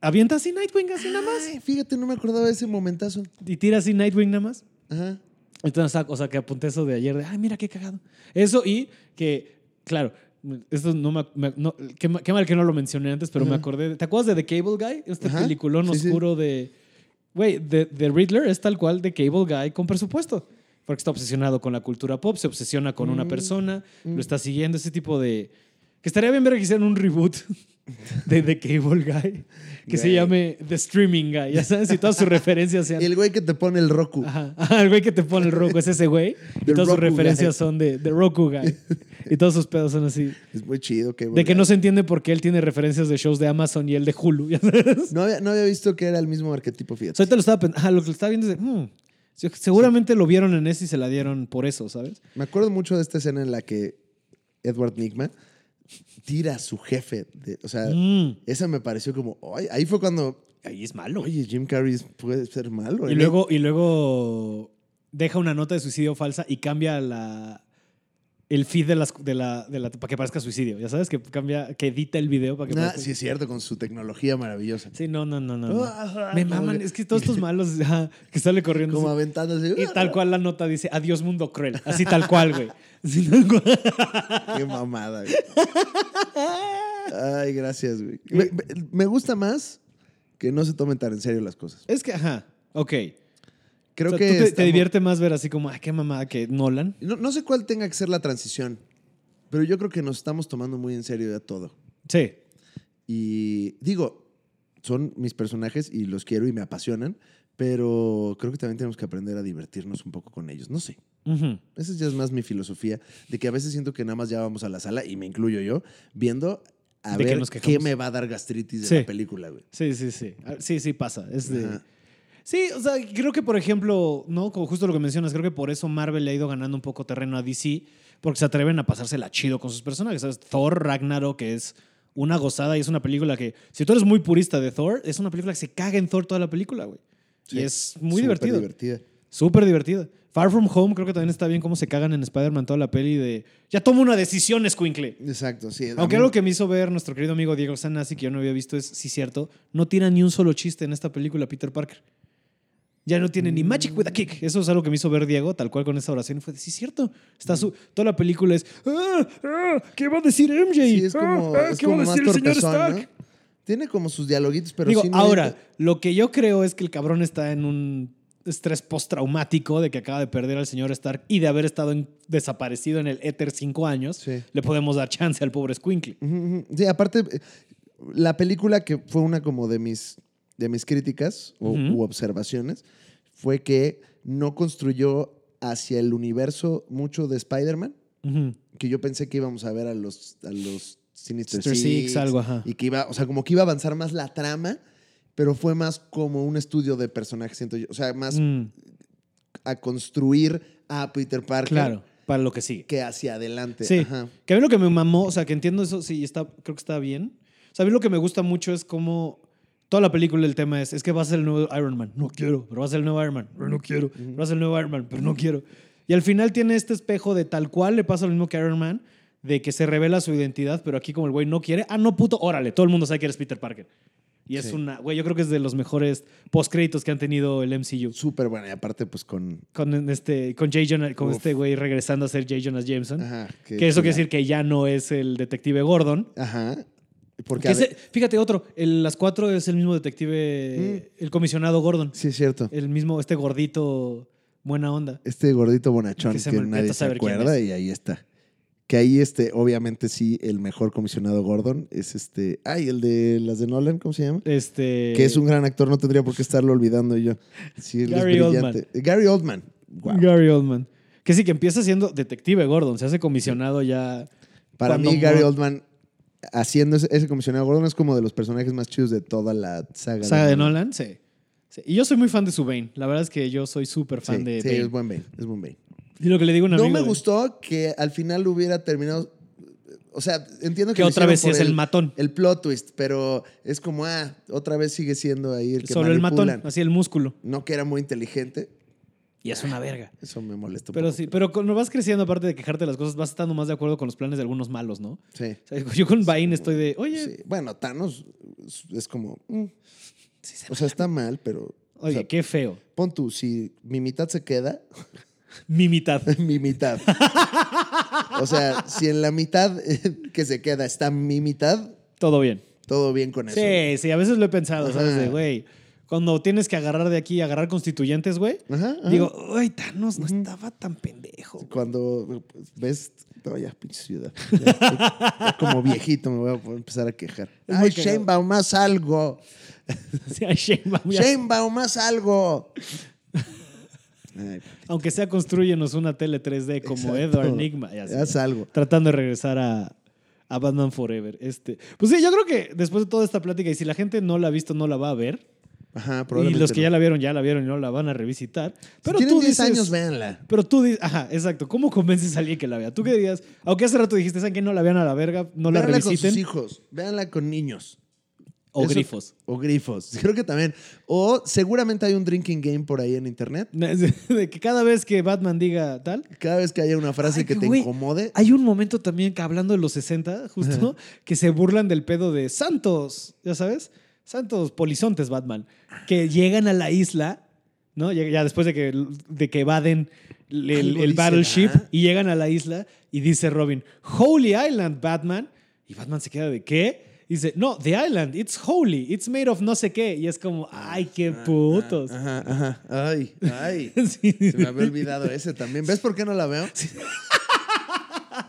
Avienta así Nightwing, así nada más.
Ay, fíjate, no me acordaba de ese momentazo.
Y tira así Nightwing nada más.
Ajá.
Entonces, o sea, o sea, que apunté eso de ayer de, ay, mira qué cagado. Eso y que, claro, esto no me, ac- me- no, qué, ma- qué mal que no lo mencioné antes, pero me
Ajá.
acordé. de- ¿Te acuerdas de The Cable Guy? Este
Ajá.
peliculón
Sí, sí.
oscuro de. Güey, The, The Riddler es tal cual The Cable Guy con presupuesto. Porque está obsesionado con la cultura pop, se obsesiona con una
Mm.
persona,
Mm.
lo está siguiendo, ese tipo de. Que estaría bien ver que hicieran un reboot de The Cable Guy que se
Güey.
llame The Streaming Guy, ya sabes, y todas sus referencias sean.
Y el güey que te pone el Roku.
Ajá, ajá, el güey que te pone el Roku es ese güey. Y
The
todas sus
Roku
referencias
guy.
son de, de Roku Guy. Y todos sus pedos son así.
Es muy chido. qué
De que
bueno.
no se entiende por qué él tiene referencias de shows de Amazon y él de Hulu. ¿ya sabes?
No había, no había visto que era el mismo arquetipo,
O
fíjate.
sea, ahorita lo estaba pensando. lo que estaba viendo es de. "Mm, se- seguramente lo vieron en ese y se la dieron por eso, ¿sabes?
Me acuerdo mucho de esta escena en la que Edward Nigma tira a su jefe. de- o sea,
Mm.
esa me pareció como. "Ay", ahí fue cuando.
Ahí es malo.
Oye, Jim Carrey es- puede ser malo.
Y
¿eh?".
luego, y luego deja una nota de suicidio falsa y cambia la. El feed de, las, de la, de la- para que parezca suicidio. Ya sabes que cambia, que edita el video para que
Ah,
parezca-
sí, es cierto, con su tecnología maravillosa.
Sí, no, no, no, no. no.
Ah,
Me
como
maman,
que-
es que todos estos malos ajá, que sale corriendo.
Como ¡ah!
así.
aventándose.
y tal cual la nota dice, adiós mundo cruel. Así tal cual, güey. Así tal cual.
Qué mamada, güey. Ay, gracias, güey. Me, me- me gusta más que no se tomen tan en serio las cosas.
Es que, ajá, ok.
Creo
O sea,
que.
tú te- te,
estamos-
divierte más ver así como, ay, qué mamada que Nolan.
No, no sé cuál tenga que ser la transición, pero yo creo que nos estamos tomando muy en serio ya todo.
Sí.
Y digo, son mis personajes y los quiero y me apasionan, pero creo que también tenemos que aprender a divertirnos un poco con ellos. No sé.
Ujú.
Esa ya es más mi filosofía, de que a veces siento que nada más ya vamos a la sala, y me incluyo yo, viendo a
De que
ver
nos quejamos.
qué me va a dar gastritis de
Sí.
la película, güey.
Sí, sí, sí. Ah, Sí, sí, pasa. Es de...
Ajá.
Sí, o sea, creo que por ejemplo, ¿no? Como justo lo que mencionas, creo que por eso Marvel le ha ido ganando un poco terreno a DC, porque se atreven a pasársela chido con sus personajes. ¿sabes? Thor Ragnarok que es una gozada y es una película que, si tú eres muy purista de Thor, es una película que se caga en Thor toda la película, güey.
Sí,
y es muy
súper
divertido.
divertida.
Súper divertida. Far From Home creo que también está bien cómo se cagan en Spider-Man toda la peli de, ya toma una decisión, Squinkle.
Exacto, sí.
Aunque
A mí-
algo que me hizo ver nuestro querido amigo Diego Sanasi, que yo no había visto, es, sí, cierto, no tira ni un solo chiste en esta película Peter Parker. Ya no tiene ni Magic with a Kick. Eso es algo que me hizo ver Diego, tal cual con esa oración. Y fue de, sí, cierto. Está su, toda la película es, "Ah, ah, ¿qué va a decir MJ?
Sí, es como,
Ah, ah,
es
¿Qué va
como
a
más
decir el señor
torpezón,
Stark?
¿no? Tiene como sus dialoguitos, pero
Digo,
sí no-
ahora, lo que yo creo es que el cabrón está en un estrés postraumático de que acaba de perder al señor Stark y de haber estado en- desaparecido en el éter cinco años.
Sí.
Le podemos dar chance al pobre Squinkly.
Ujú, ujú. Sí, aparte, eh, la película que fue una como de mis, de mis críticas o,
Ujú.
u observaciones fue que no construyó hacia el universo mucho de Spider-Man,
Ujú.
que yo pensé que íbamos a ver a los, a los Sinister,
Sinister
Six,
Six, algo, ajá.
Y que iba, o sea, como que iba a avanzar más la trama, pero fue más como un estudio de personajes, siento yo. O sea, más
Mm,
a construir a Peter Parker
claro, para lo que sigue.
que hacia adelante.
Sí.
Ajá.
Que a mí lo que me mamó, o sea, que entiendo eso, sí, está, creo que está bien. O sea, a mí lo que me gusta mucho es cómo toda la película el tema es, es que va a ser el nuevo Iron Man, no quiero, pero va a ser el nuevo Iron Man, pero no quiero, pero va a ser el nuevo Iron Man, pero no quiero. Y al final tiene este espejo de tal cual le pasa lo mismo que a Iron Man, de que se revela su identidad, pero aquí como el güey no quiere, ah, no, puto, órale, todo el mundo sabe que eres Peter Parker. Y es
Sí.
una, güey, yo creo que es de los mejores postcréditos que han tenido el MCU.
Súper buena. Y aparte, pues con.
Con este, con J. Jonah- con
Uf. Ah,
este güey regresando a ser J. Jonas Jameson.
Ajá.
Que eso quiere
chula.
decir que ya no es el detective Gordon.
Ajá.
Que
Porque. a ver-
ese- fíjate, otro, el- las cuatro es el mismo detective,
Mm.
el comisionado Gordon.
Sí, es cierto.
El mismo, este gordito, buena onda.
Este gordito bonachón
Que
que,
se me olvidó
nadie se
saber quién
acuerda
es.
y ahí está. Que ahí, este, obviamente sí, el mejor comisionado Gordon es este. Ay, el de las de Nolan, ¿cómo se llama?
Este.
que es un gran actor, no tendría por qué estarlo olvidando yo. Sí, él es
Gary
brillante. Gary Oldman. Wow.
Gary Oldman. Que sí, que empieza siendo detective Gordon, se hace comisionado ya.
Para
cuando
mí, Gary
mu-
Oldman haciendo ese, ese comisionado Gordon es como de los personajes más chidos de toda la saga.
Saga de Nolan, sí. Sí. Y yo soy muy fan de su Bane. La verdad es que yo soy súper fan
Sí,
de
sí,
Bane.
es buen Bane. Es buen Bane.
Y lo que le digo a un
No
amigo
me
de-
gustó que al final hubiera terminado. O sea, entiendo que.
Que
lo
otra
hicieron
vez sí
por
es el matón.
El plot twist, pero es como, ah, otra vez sigue siendo ahí el que
Solo el matón,
manipulan.
así el músculo.
No que era muy inteligente.
Y es una verga.
Eso me molestó. un
Pero
poco,
sí, pero cuando vas creciendo, aparte de quejarte de las cosas, vas estando más de acuerdo con los planes de algunos malos, ¿no?
Sí.
O sea, yo con Bane estoy de, oye,
sí. Bueno, Thanos es- es como. mm. o sea, está mal, pero. o
oye,
sea,
qué feo.
Pon tú, si mi mitad se queda,
Mi mitad.
mi mitad. o sea, si en la mitad eh, que se queda está mi mitad,
Todo bien.
todo bien con eso.
Sí, sí, a veces lo he pensado, ¿sabes?
Ajá.
De, güey, cuando tienes que agarrar de aquí, agarrar constituyentes, güey,
Ajá, ajá.
digo, ay, Thanos no estaba tan pendejo.
Cuando pues, ves, no, ya, pinche ciudad. Ya, ya como viejito me voy a empezar a quejar.
Es muy
Ay,
cagado.
Sheinbaum, más algo.
O sea, Sheinbaum, ya-
Sheinbaum, más algo. Ay,
aunque sea construyenos una tele 3D como
exacto.
Edward Nigma. Ya sé.
Haz algo.
tratando de regresar a, a Batman Forever. Este, pues sí, yo creo que después de toda esta plática, y si la gente no la ha visto, no la va a ver.
Ajá,
Y
probablemente.
los que
no.
ya la vieron, ya la vieron y no la van a revisitar. Pero
si tienen
tú
10
dices,
años, véanla.
Pero tú dices, ajá, exacto. ¿Cómo convences a alguien que la vea? Tú qué dirías, aunque hace rato dijiste, ¿saben que no la vean a la verga? No la
véanla con sus
revisiten.
hijos, véanla con niños.
O
Eso-
grifos.
O grifos, creo que también. O seguramente hay un drinking game por ahí en internet.
De que cada vez que Batman diga tal.
Cada vez que haya una frase
Ay,
que
qué
te
güey.
incomode,
Hay un momento también que hablando de los 60, justo, que se burlan del pedo de Santos, ya sabes, Santos Polizontes Batman, que llegan a la isla, ¿no? Ya, ya después de que, de que evaden el, el
Algo dicen,
battleship
¿ah?
y llegan a la isla y dice Robin, Holy Island, Batman. Y Batman se queda de qué? Y Dice, no, The Island, it's holy, it's made of no sé qué. Y es como, ay, qué putos.
Ajá, ajá. Ay, ay.
Sí.
Ah, Se me había olvidado ese también. ¿Ves por qué no la veo?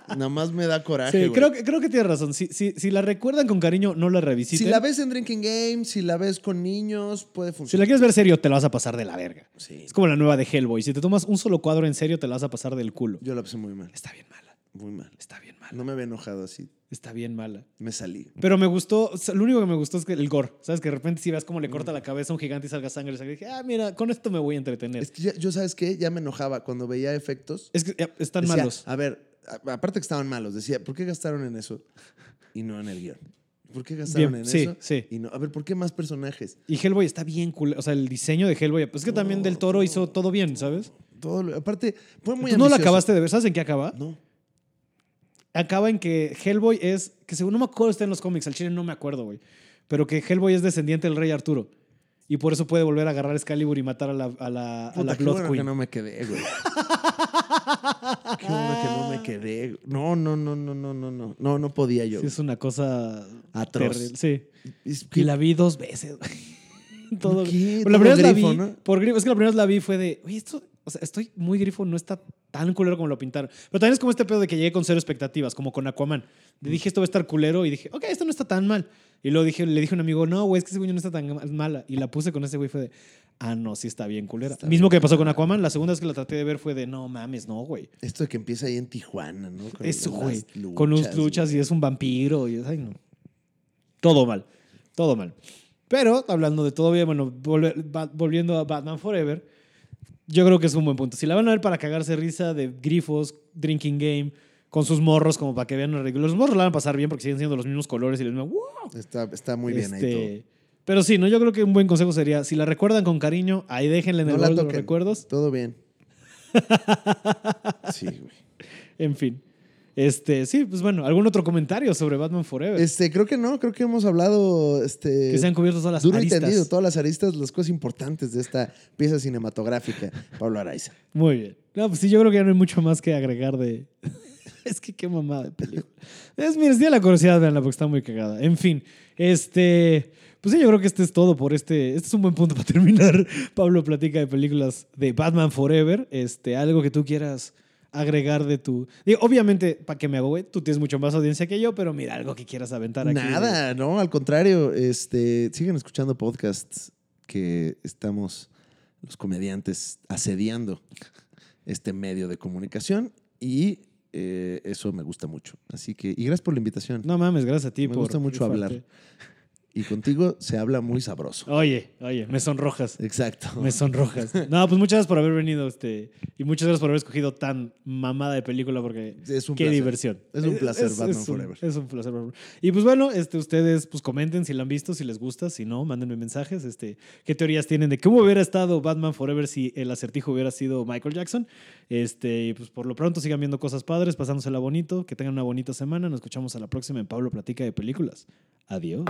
Nada más me da coraje.
Sí,
güey.
creo que, creo que tienes razón. Si, si, si la recuerdan con cariño, no la
si
revisiten.
la ves en Drinking Game, si la ves con niños, puede
Si la
funcionar.
quieres ver serio, te la vas a pasar de la verga.
Sí.
Es como la nueva de Hellboy. Si te tomas un solo cuadro en serio, te la vas a pasar del culo.
Yo la puse muy mal,
Está bien mala.
muy mal.
Está bien mala.
No me había enojado así.
Está bien mala.
Me salí.
Pero me gustó, o sea, lo único que me gustó es que el gore. ¿Sabes? Que de repente si ves como le
Mm.
corta la cabeza a un gigante y salga sangre, sangre, dije, ah, mira, con esto me voy a entretener.
Es
Es,
que ya- yo, ¿sabes qué? Ya me enojaba cuando veía efectos.
que ya, están
Decía, "Ah,
malos.
A ver, a- aparte que estaban malos, decía, ¿por qué gastaron en eso y no en el guión? ¿Por qué gastaron
Bien,
en
sí,
eso?
sí.
Y no, a ver, ¿por qué más personajes?
Y Hellboy está bien cool. O sea, el diseño de Hellboy. Pues es que también Del Toro hizo todo bien, ¿sabes?
Todo lo- aparte, fue muy
Tú no la
ambicioso.
acabaste de ver. ¿Sabes en qué acaba?
No.
acaba en que Hellboy es, que según no me acuerdo está en los cómics, al chile no me acuerdo, güey, pero que Hellboy es descendiente del rey Arturo y por eso puede volver a agarrar a Excalibur y matar a la, a la, a la
Puta, qué
Blood
bueno que
Queen.
no me quedé, güey. qué bueno que no me quedé. güey. No, no, no, no, no, no, no. No, no podía yo.
Sí, es una cosa
Atroz.
terrible, Sí.
Es
Y
que-
la vi dos veces, güey. Todo.
qué?
La
Todo
primera vez la vi.
grifo, ¿no?
Por grifo. Es que la primera vez la vi fue de, oye, esto, o sea, estoy muy grifo, no está tan culero como lo pintaron. Pero también es como este pedo de que llegué con cero expectativas, como con Aquaman. Le dije, esto va a estar culero y dije, ok, esto no está tan mal. Y luego dije, le dije a un amigo, no, güey, es que ese güey no está tan mal- mala. Y la puse con ese güey, fue de, ah, no, sí está bien culera. Mismo que pasó con Aquaman, la segunda vez que la traté de ver fue de, no mames, no, güey.
Esto de que empieza ahí en Tijuana, ¿no? Con
Eso,
las
güey. Con los luchas y es un vampiro y es, ay, no. Todo mal, todo mal. Pero hablando de todo bien, bueno, volve- va- volviendo a Batman Forever, yo creo que es un buen punto. Si la van a ver para cagarse risa de grifos, drinking game, con sus morros, como para que vean los ridículo. Los morros la van a pasar bien porque siguen siendo los mismos colores y los mismos. ¡Wow!
Está, está muy bien ahí todo.
Este, Pero sí, no, yo creo que un buen consejo sería, si la recuerdan con cariño, ahí déjenla en el
No la
rol de los
toquen.
recuerdos.
Todo bien. sí, güey.
En fin. Este, sí, pues bueno, ¿algún otro comentario sobre Batman Forever?
Este, creo que no, creo que hemos hablado este
que se han cubierto todas las
duro
aristas.
y tendido todas las aristas, las cosas importantes de esta pieza cinematográfica, Pablo Araiza.
Muy bien. No, pues sí, yo creo que ya no hay mucho más que agregar de. es que qué mamada de película. Es, mira, si tienen la curiosidad, veanla porque está muy cagada. En fin, este. Pues sí, yo creo que este es todo por este. Este es un buen punto para terminar. Pablo platica de películas de Batman Forever. Este, algo que tú quieras agregar de tu. Digo, obviamente, para que me hago, güey, tú tienes mucho más audiencia que yo, pero mira, algo que quieras aventar aquí.
Nada, no, al contrario, este, siguen escuchando podcasts que estamos los comediantes asediando este medio de comunicación y eh, eso me gusta mucho. Así que, y gracias por la invitación.
No mames, gracias a ti
Me
por
gusta mucho hablar.
rifarte.
Y contigo se habla muy sabroso.
Oye, oye, me sonrojas.
Exacto.
Me sonrojas. No, pues muchas gracias por haber venido este, y muchas gracias por haber escogido tan mamada de película porque
Es un
qué
placer.
diversión.
Es un placer Batman
un-
Forever.
Es un placer Batman. Y pues bueno, este, ustedes pues comenten si la han visto, si les gusta, si no, mándenme mensajes, este, qué teorías tienen de cómo hubiera estado Batman Forever si el acertijo hubiera sido Michael Jackson. Este, y pues por lo pronto sigan viendo cosas padres, pasándosela bonito, que tengan una bonita semana, nos escuchamos a la próxima en Pablo Platica de Películas. Adiós.